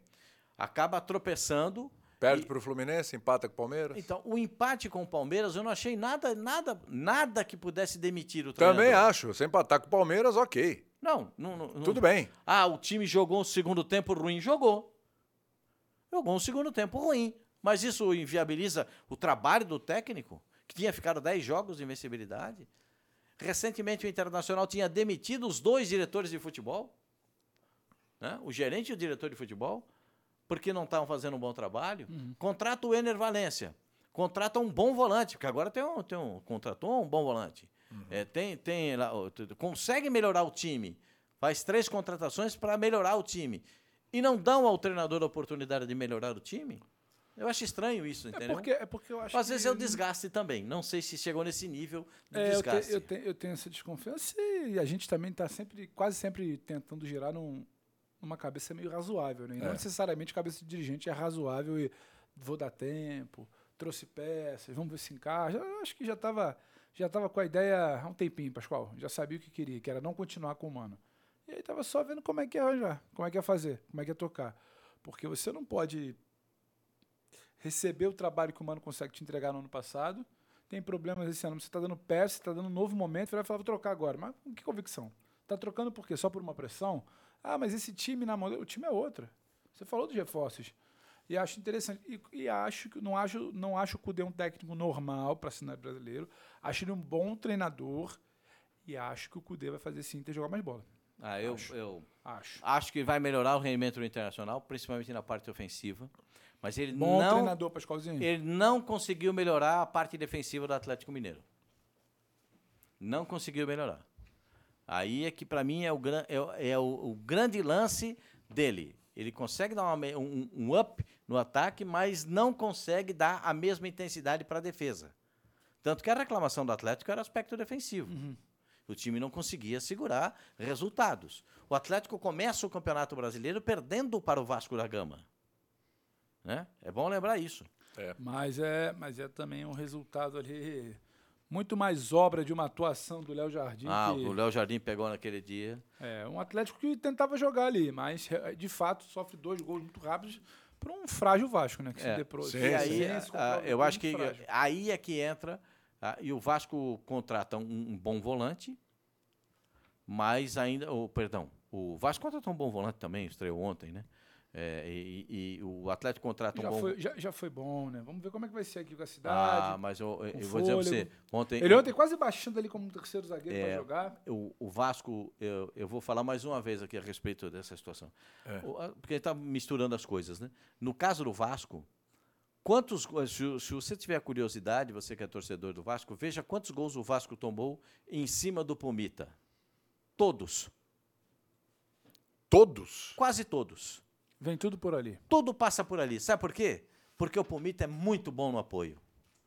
[SPEAKER 3] Acaba tropeçando.
[SPEAKER 1] Perde pro Fluminense, empata com o Palmeiras.
[SPEAKER 3] Então, o empate com o Palmeiras, eu não achei nada, nada, nada que pudesse demitir o treinador.
[SPEAKER 1] Também acho. Se empatar com o Palmeiras, ok.
[SPEAKER 3] Não, não, não- não-
[SPEAKER 1] Tudo bem.
[SPEAKER 3] Ah, o time jogou um segundo tempo ruim. Jogou. Jogou um segundo tempo ruim. Mas isso inviabiliza o trabalho do técnico, que tinha ficado 10 jogos de invencibilidade. Recentemente, o Internacional tinha demitido os dois diretores de futebol, né? o gerente e o diretor de futebol, porque não estavam fazendo um bom trabalho.
[SPEAKER 2] Uhum.
[SPEAKER 3] Contrata o Ener Valência. Contrata um bom volante, porque agora tem um, tem um contratou um bom volante.
[SPEAKER 2] Uhum.
[SPEAKER 3] É, tem, tem lá, ó, tu- tu consegue melhorar o time. Faz três contratações para melhorar o time. E não dão ao treinador a oportunidade de melhorar o time? Eu acho estranho isso,
[SPEAKER 2] É
[SPEAKER 3] entendeu?
[SPEAKER 2] porque, é porque eu acho
[SPEAKER 3] Às vezes
[SPEAKER 2] que-
[SPEAKER 3] é o desgaste também. Não sei se chegou nesse nível de
[SPEAKER 2] É, eu, te-
[SPEAKER 3] desgaste.
[SPEAKER 2] eu, te- eu tenho essa desconfiança e a gente também está sempre, quase sempre tentando girar num- numa cabeça meio razoável, né? E Não necessariamente cabeça de dirigente é razoável e vou dar tempo, trouxe peças, vamos ver se encaixa. Eu acho que já estava já tava com a ideia há um tempinho, Pascoal. Já sabia o que queria, que era não continuar com o Mano. E aí tava só vendo como é que ia arranjar, como é que ia fazer, como é que ia tocar. Porque você não pode receber o trabalho que o Mano consegue te entregar no ano passado. Tem problemas esse ano, você está dando peça, você está dando um novo momento, você vai falar, vou trocar agora. Mas com que convicção? Tá trocando por quê? Só por uma pressão? Ah, mas esse time na mão. O time é outro. Você falou dos reforços. E acho interessante. E, e acho que não acho, não acho o Cudê um técnico normal para assinar brasileiro. Acho ele um bom treinador. E acho que o Cudê vai fazer esse Inter jogar mais bola.
[SPEAKER 3] Ah, eu, eu
[SPEAKER 2] Acho.
[SPEAKER 3] acho que vai melhorar o rendimento do Internacional, principalmente na parte ofensiva. Mas ele
[SPEAKER 2] Bom
[SPEAKER 3] não
[SPEAKER 2] treinador, Pascoalzinho.
[SPEAKER 3] Ele não conseguiu melhorar a parte defensiva do Atlético Mineiro. Não conseguiu melhorar. Aí é que, para mim, é, o, gran- é o- é o- o grande lance dele. Ele consegue dar uma me- um, um up no ataque, mas não consegue dar a mesma intensidade para a defesa. Tanto que a reclamação do Atlético era aspecto defensivo. O time não conseguia segurar resultados. O Atlético começa o Campeonato Brasileiro perdendo para o Vasco da Gama. Né? É bom lembrar isso.
[SPEAKER 2] Mas é, mas é também um resultado ali muito mais obra de uma atuação do Léo Jardim.
[SPEAKER 3] Ah,
[SPEAKER 2] que-
[SPEAKER 3] o Léo Jardim pegou naquele dia.
[SPEAKER 2] É, um Atlético que tentava jogar ali, mas re- de fato sofre dois gols muito rápidos para um frágil Vasco, né? Que
[SPEAKER 3] É.
[SPEAKER 2] se depro...
[SPEAKER 1] Sim,
[SPEAKER 3] e
[SPEAKER 1] sim.
[SPEAKER 3] aí,
[SPEAKER 2] se- se
[SPEAKER 3] ah,
[SPEAKER 2] comprou
[SPEAKER 3] eu
[SPEAKER 2] muito
[SPEAKER 3] acho que
[SPEAKER 2] frágil.
[SPEAKER 3] aí é que entra. ah, e o Vasco contrata um, um bom volante, mas ainda. Oh, perdão, o Vasco contratou um bom volante também, estreou ontem, né? É, e, e- e o Atlético contrata um
[SPEAKER 2] já
[SPEAKER 3] bom.
[SPEAKER 2] foi, já, já foi bom, né? Vamos ver como é que vai ser aqui com a
[SPEAKER 3] ah,
[SPEAKER 2] cidade.
[SPEAKER 3] mas eu, eu
[SPEAKER 2] com
[SPEAKER 3] vou dizer pra você.
[SPEAKER 2] fôlego.
[SPEAKER 3] Ontem,
[SPEAKER 2] Ele ontem quase baixando ali como um terceiro zagueiro
[SPEAKER 3] É.
[SPEAKER 2] para jogar.
[SPEAKER 3] o, o Vasco, eu, eu vou falar mais uma vez aqui a respeito dessa situação. O- a- porque está misturando as coisas, né? No caso do Vasco, quantos go- se, o- se você tiver curiosidade, você que é torcedor do Vasco, veja quantos gols o Vasco tomou em cima do Pomita. Todos,
[SPEAKER 1] Todos.
[SPEAKER 3] quase todos.
[SPEAKER 2] Vem tudo por ali.
[SPEAKER 3] Tudo passa por ali. Sabe por quê? Porque o Pomita é muito bom no apoio.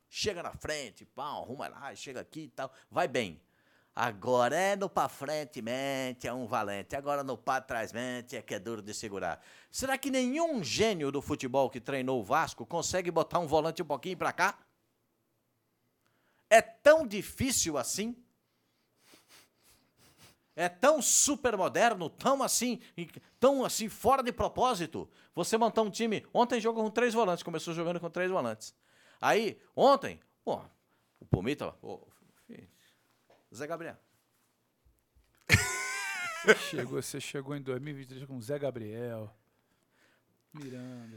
[SPEAKER 3] Chega na frente, pau, arruma lá, chega aqui e tal. Vai bem. Agora é no pra frente, mente, é um valente. Agora no pra trás, mente, é que é duro de segurar. Será que nenhum gênio do futebol que treinou o Vasco consegue botar um volante um pouquinho pra cá? É tão difícil assim? É tão super moderno, tão assim, e- tão assim, fora de propósito. Você montar um time. Ontem jogou com três volantes, começou jogando com três volantes. Aí, ontem, pô, o Pomita. ô, fi- Zé Gabriel.
[SPEAKER 2] Você chegou, você chegou em 2023 com Zé Gabriel, Miranda.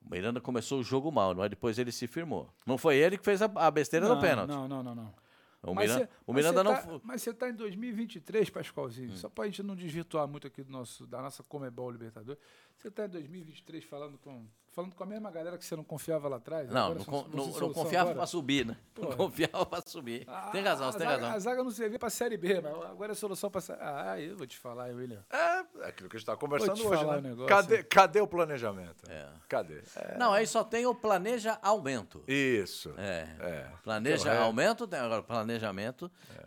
[SPEAKER 3] O Miranda começou o jogo mal, mas depois ele se firmou. Não foi ele que fez a, a besteira do pênalti.
[SPEAKER 2] Não, não, não, não.
[SPEAKER 3] O,
[SPEAKER 2] Mas
[SPEAKER 3] Miran-
[SPEAKER 2] cê-
[SPEAKER 3] o
[SPEAKER 2] mas
[SPEAKER 3] Miranda
[SPEAKER 2] cê
[SPEAKER 3] não.
[SPEAKER 2] tá-
[SPEAKER 3] fu- Hum.
[SPEAKER 2] mas você está em 2023, Pascoalzinho, só para a gente não desvirtuar muito aqui do nosso, da nossa Comebol Libertadores. Você está em 2023 falando com, falando com a mesma galera que você não confiava lá atrás?
[SPEAKER 3] Não,
[SPEAKER 2] agora
[SPEAKER 3] não,
[SPEAKER 2] só-
[SPEAKER 3] con-
[SPEAKER 2] só
[SPEAKER 3] não-
[SPEAKER 2] se
[SPEAKER 3] não
[SPEAKER 2] solução
[SPEAKER 3] confiava
[SPEAKER 2] agora? Ah,
[SPEAKER 3] pra subir, né? Não confiava pra subir. tem razão,
[SPEAKER 2] a
[SPEAKER 3] você tem
[SPEAKER 2] zaga- A
[SPEAKER 3] razão.
[SPEAKER 2] zaga não servia para Série B, mas agora é solução para Série Ah, eu vou te falar, hein, William.
[SPEAKER 1] É aquilo que a gente está conversando
[SPEAKER 2] Vou te
[SPEAKER 1] hoje.
[SPEAKER 2] falar
[SPEAKER 1] né?
[SPEAKER 2] um negócio.
[SPEAKER 1] cadê, cadê o planejamento? Cadê?
[SPEAKER 3] Não, aí só tem o planeja aumento.
[SPEAKER 1] Isso.
[SPEAKER 3] É.
[SPEAKER 1] É.
[SPEAKER 3] Planeja,
[SPEAKER 1] Então, é.
[SPEAKER 3] aumento, tem É agora planejamento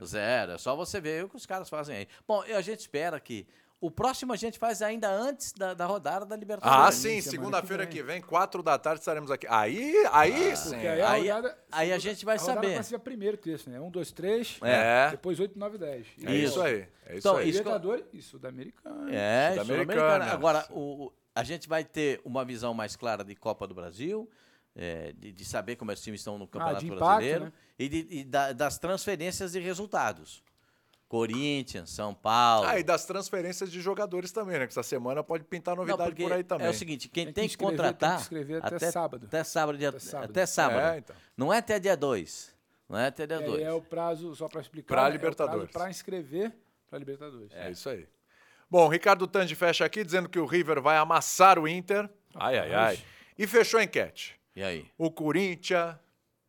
[SPEAKER 3] zero. É só você ver o que os caras fazem aí. Bom, e a gente espera que O próximo a gente faz ainda antes da, da rodada da Libertadores.
[SPEAKER 1] Ah,
[SPEAKER 2] Olha,
[SPEAKER 1] sim,
[SPEAKER 2] semana que
[SPEAKER 1] segunda-feira
[SPEAKER 2] vem.
[SPEAKER 1] que vem, quatro da tarde, estaremos aqui. Aí, aí sim.
[SPEAKER 2] Porque aí, é a
[SPEAKER 3] Aí-
[SPEAKER 2] rodada-
[SPEAKER 3] aí a gente vai
[SPEAKER 2] a rodada
[SPEAKER 3] saber.
[SPEAKER 2] começa dia primeiro que isso, né? Um, dois, três.
[SPEAKER 1] É.
[SPEAKER 2] Depois oito, nove, dez.
[SPEAKER 1] É isso
[SPEAKER 3] Isso.
[SPEAKER 1] aí. É isso
[SPEAKER 3] Então,
[SPEAKER 1] aí.
[SPEAKER 3] isso-
[SPEAKER 2] Libertadores, isso da Americana.
[SPEAKER 3] É,
[SPEAKER 1] Sul-Americana.
[SPEAKER 3] Sul-Americana. Agora, o, o- a gente vai ter uma visão mais clara de Copa do Brasil, é, de, de saber como os times estão
[SPEAKER 1] Ah,
[SPEAKER 3] no Campeonato
[SPEAKER 2] de impacto,
[SPEAKER 3] Brasileiro
[SPEAKER 2] né?
[SPEAKER 3] e, de- e da- das transferências e resultados. Corinthians, São Paulo.
[SPEAKER 1] Ah, e das transferências de jogadores também, né? Que essa semana pode pintar
[SPEAKER 3] Não,
[SPEAKER 1] novidade
[SPEAKER 3] porque
[SPEAKER 1] por aí também.
[SPEAKER 3] É o seguinte, quem
[SPEAKER 2] Tem que
[SPEAKER 3] tem que,
[SPEAKER 2] escrever, tem que
[SPEAKER 3] contratar
[SPEAKER 2] escrever até sábado.
[SPEAKER 3] Até sábado, dia,
[SPEAKER 2] Até sábado.
[SPEAKER 3] Até sábado.
[SPEAKER 1] É, então.
[SPEAKER 3] Não é até dia 2. Não é até dia
[SPEAKER 2] Que aí
[SPEAKER 3] 2.
[SPEAKER 2] é o prazo, só para explicar.
[SPEAKER 1] Pra
[SPEAKER 2] né? É o
[SPEAKER 1] Libertadores.
[SPEAKER 2] prazo para inscrever para Libertadores.
[SPEAKER 1] É isso aí. Bom, Ricardo Tange fecha aqui dizendo que o River vai amassar o Inter. Ai, ai, ai. E fechou a enquete.
[SPEAKER 3] E aí?
[SPEAKER 1] O Corinthians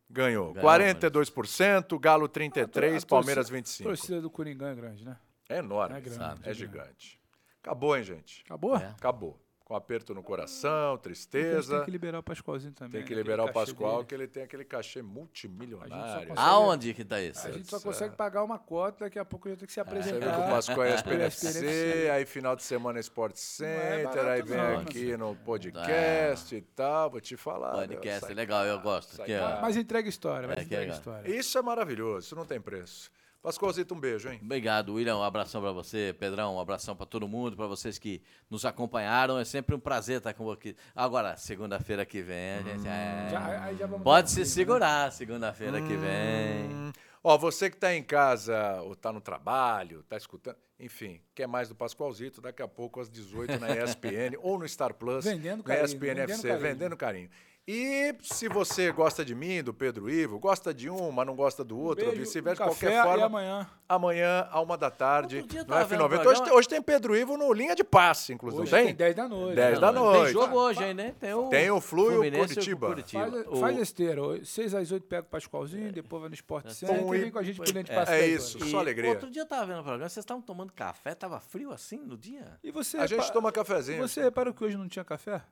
[SPEAKER 1] ganhou.
[SPEAKER 3] Ganhou,
[SPEAKER 1] 42%, Galo
[SPEAKER 2] A
[SPEAKER 1] 33%,
[SPEAKER 2] torcida-
[SPEAKER 1] Palmeiras
[SPEAKER 2] A
[SPEAKER 1] 25%.
[SPEAKER 2] torcida do Coringão é grande, né?
[SPEAKER 1] É enorme.
[SPEAKER 2] É
[SPEAKER 1] É,
[SPEAKER 2] grande,
[SPEAKER 1] é
[SPEAKER 2] é
[SPEAKER 1] gigante. Acabou, hein, gente?
[SPEAKER 2] Acabou?
[SPEAKER 3] É.
[SPEAKER 1] Acabou. Com aperto no coração,
[SPEAKER 2] Eles
[SPEAKER 1] tristeza.
[SPEAKER 2] têm que liberar o Pascoalzinho também.
[SPEAKER 1] Tem que
[SPEAKER 2] né? Aquele
[SPEAKER 1] liberar o
[SPEAKER 2] cachê
[SPEAKER 1] Pascoal,
[SPEAKER 2] dele.
[SPEAKER 1] que ele tem aquele cachê multimilionário.
[SPEAKER 2] consegue-
[SPEAKER 1] Ah,
[SPEAKER 3] Aonde que tá esse?
[SPEAKER 2] é, A gente só
[SPEAKER 1] Certo.
[SPEAKER 2] consegue pagar uma cota, daqui a pouco eu já tem
[SPEAKER 3] É.
[SPEAKER 2] que se
[SPEAKER 1] Você
[SPEAKER 2] apresentar.
[SPEAKER 1] viu que o Pascoal é
[SPEAKER 2] Ele
[SPEAKER 1] SPFC,
[SPEAKER 2] SPFC.
[SPEAKER 1] aí final de semana é Sport
[SPEAKER 2] é
[SPEAKER 1] Center,
[SPEAKER 2] barato
[SPEAKER 1] aí vem
[SPEAKER 2] não, é
[SPEAKER 1] aqui no podcast e tal, vou te falar. meu,
[SPEAKER 3] Podcast,
[SPEAKER 1] sai-
[SPEAKER 3] é legal, eu gosto.
[SPEAKER 1] sai
[SPEAKER 3] que é-
[SPEAKER 1] caro.
[SPEAKER 2] Mas entrega história, mas
[SPEAKER 3] É, que
[SPEAKER 2] entrega
[SPEAKER 3] legal.
[SPEAKER 2] história.
[SPEAKER 1] Isso é maravilhoso, isso não tem preço. Pascoalzito, um beijo, hein?
[SPEAKER 3] Obrigado, William. Um abração para você, Pedrão. Um abração para todo mundo, para vocês que nos acompanharam. É sempre um prazer estar com aqui. Agora, segunda-feira que vem, a gente. é.
[SPEAKER 2] Hum. Já- aí já vamos dar
[SPEAKER 3] Pode
[SPEAKER 2] um
[SPEAKER 3] se
[SPEAKER 2] fim,
[SPEAKER 3] segurar, segunda-feira que vem.
[SPEAKER 1] Hum. Ó, você que tá em casa, ou tá no trabalho, tá escutando, enfim, quer mais do Pascoalzito, daqui a pouco às 18 na ESPN ou no Star Plus.
[SPEAKER 2] Vendendo
[SPEAKER 1] na
[SPEAKER 2] carinho,
[SPEAKER 1] ESPN
[SPEAKER 2] vendendo
[SPEAKER 1] FC,
[SPEAKER 2] carinho.
[SPEAKER 1] vendendo carinho. E se você gosta de mim, do Pedro Ivo, gosta de um, mas não gosta do outro, ou
[SPEAKER 2] Beijo,
[SPEAKER 1] vice-versa,
[SPEAKER 2] um
[SPEAKER 1] de
[SPEAKER 2] café
[SPEAKER 1] qualquer
[SPEAKER 2] E
[SPEAKER 1] forma,
[SPEAKER 2] amanhã.
[SPEAKER 1] amanhã, à uma da tarde,
[SPEAKER 3] Outro dia eu
[SPEAKER 1] no
[SPEAKER 3] tava vendo um
[SPEAKER 1] F90. Hoje,
[SPEAKER 3] programa-
[SPEAKER 1] tem- hoje tem Pedro Ivo no Linha de Passe, inclusive,
[SPEAKER 2] Hoje
[SPEAKER 1] não
[SPEAKER 2] tem 10 da noite.
[SPEAKER 1] 10 da
[SPEAKER 3] Não,
[SPEAKER 1] noite.
[SPEAKER 3] Tem jogo hoje, hein, né? Tem o,
[SPEAKER 1] Tem o Flu e o
[SPEAKER 3] Fluminense
[SPEAKER 1] Curitiba.
[SPEAKER 2] Faz,
[SPEAKER 3] O-
[SPEAKER 2] faz esteira. ó. 6 às 8 pega o Pascoalzinho, depois vai no Sport Center
[SPEAKER 1] Bom,
[SPEAKER 2] e
[SPEAKER 1] e-
[SPEAKER 2] vem com a gente pro
[SPEAKER 3] é,
[SPEAKER 2] Linha de
[SPEAKER 3] é
[SPEAKER 2] Passe.
[SPEAKER 1] é
[SPEAKER 2] da Ivan.
[SPEAKER 1] isso.
[SPEAKER 3] E
[SPEAKER 1] Só alegria.
[SPEAKER 3] Outro dia eu tava vendo o programa, vocês estavam tomando café, tava frio assim no dia?
[SPEAKER 2] E você,
[SPEAKER 1] A gente
[SPEAKER 2] repa-
[SPEAKER 1] toma cafezinho.
[SPEAKER 2] você reparou que hoje não tinha café?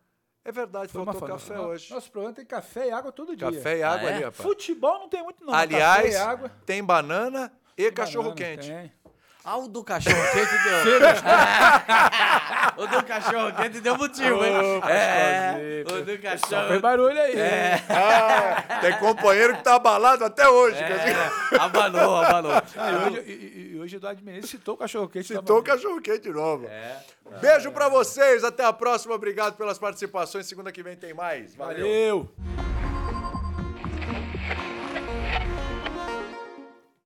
[SPEAKER 1] É verdade,
[SPEAKER 2] Foi
[SPEAKER 1] faltou
[SPEAKER 2] uma
[SPEAKER 1] café
[SPEAKER 2] farofa.
[SPEAKER 1] hoje.
[SPEAKER 2] Nosso programa tem café e água todo dia.
[SPEAKER 1] Café e água
[SPEAKER 3] Ah, é?
[SPEAKER 1] ali, rapaz.
[SPEAKER 2] Futebol não tem muito, não. né?
[SPEAKER 1] Aliás,
[SPEAKER 2] café e água.
[SPEAKER 1] tem banana e cachorro quente.
[SPEAKER 2] Banana tem.
[SPEAKER 3] Ah, o do cachorro quente deu. o do cachorro quente deu motivo, hein? é, o do
[SPEAKER 2] Só fez
[SPEAKER 3] cachorro.
[SPEAKER 2] barulho aí. É.
[SPEAKER 1] Ah, tem companheiro que tá abalado até hoje. quer dizer,
[SPEAKER 3] É, abalou, abalou.
[SPEAKER 2] Ah, e hoje, e- e- e hoje Eduardo Menezes citou o cachorro-quente.
[SPEAKER 1] Citou o cachorro quente de novo.
[SPEAKER 3] É.
[SPEAKER 1] Beijo pra vocês, até a próxima. Obrigado pelas participações. Segunda que vem tem mais. Valeu.
[SPEAKER 2] Valeu.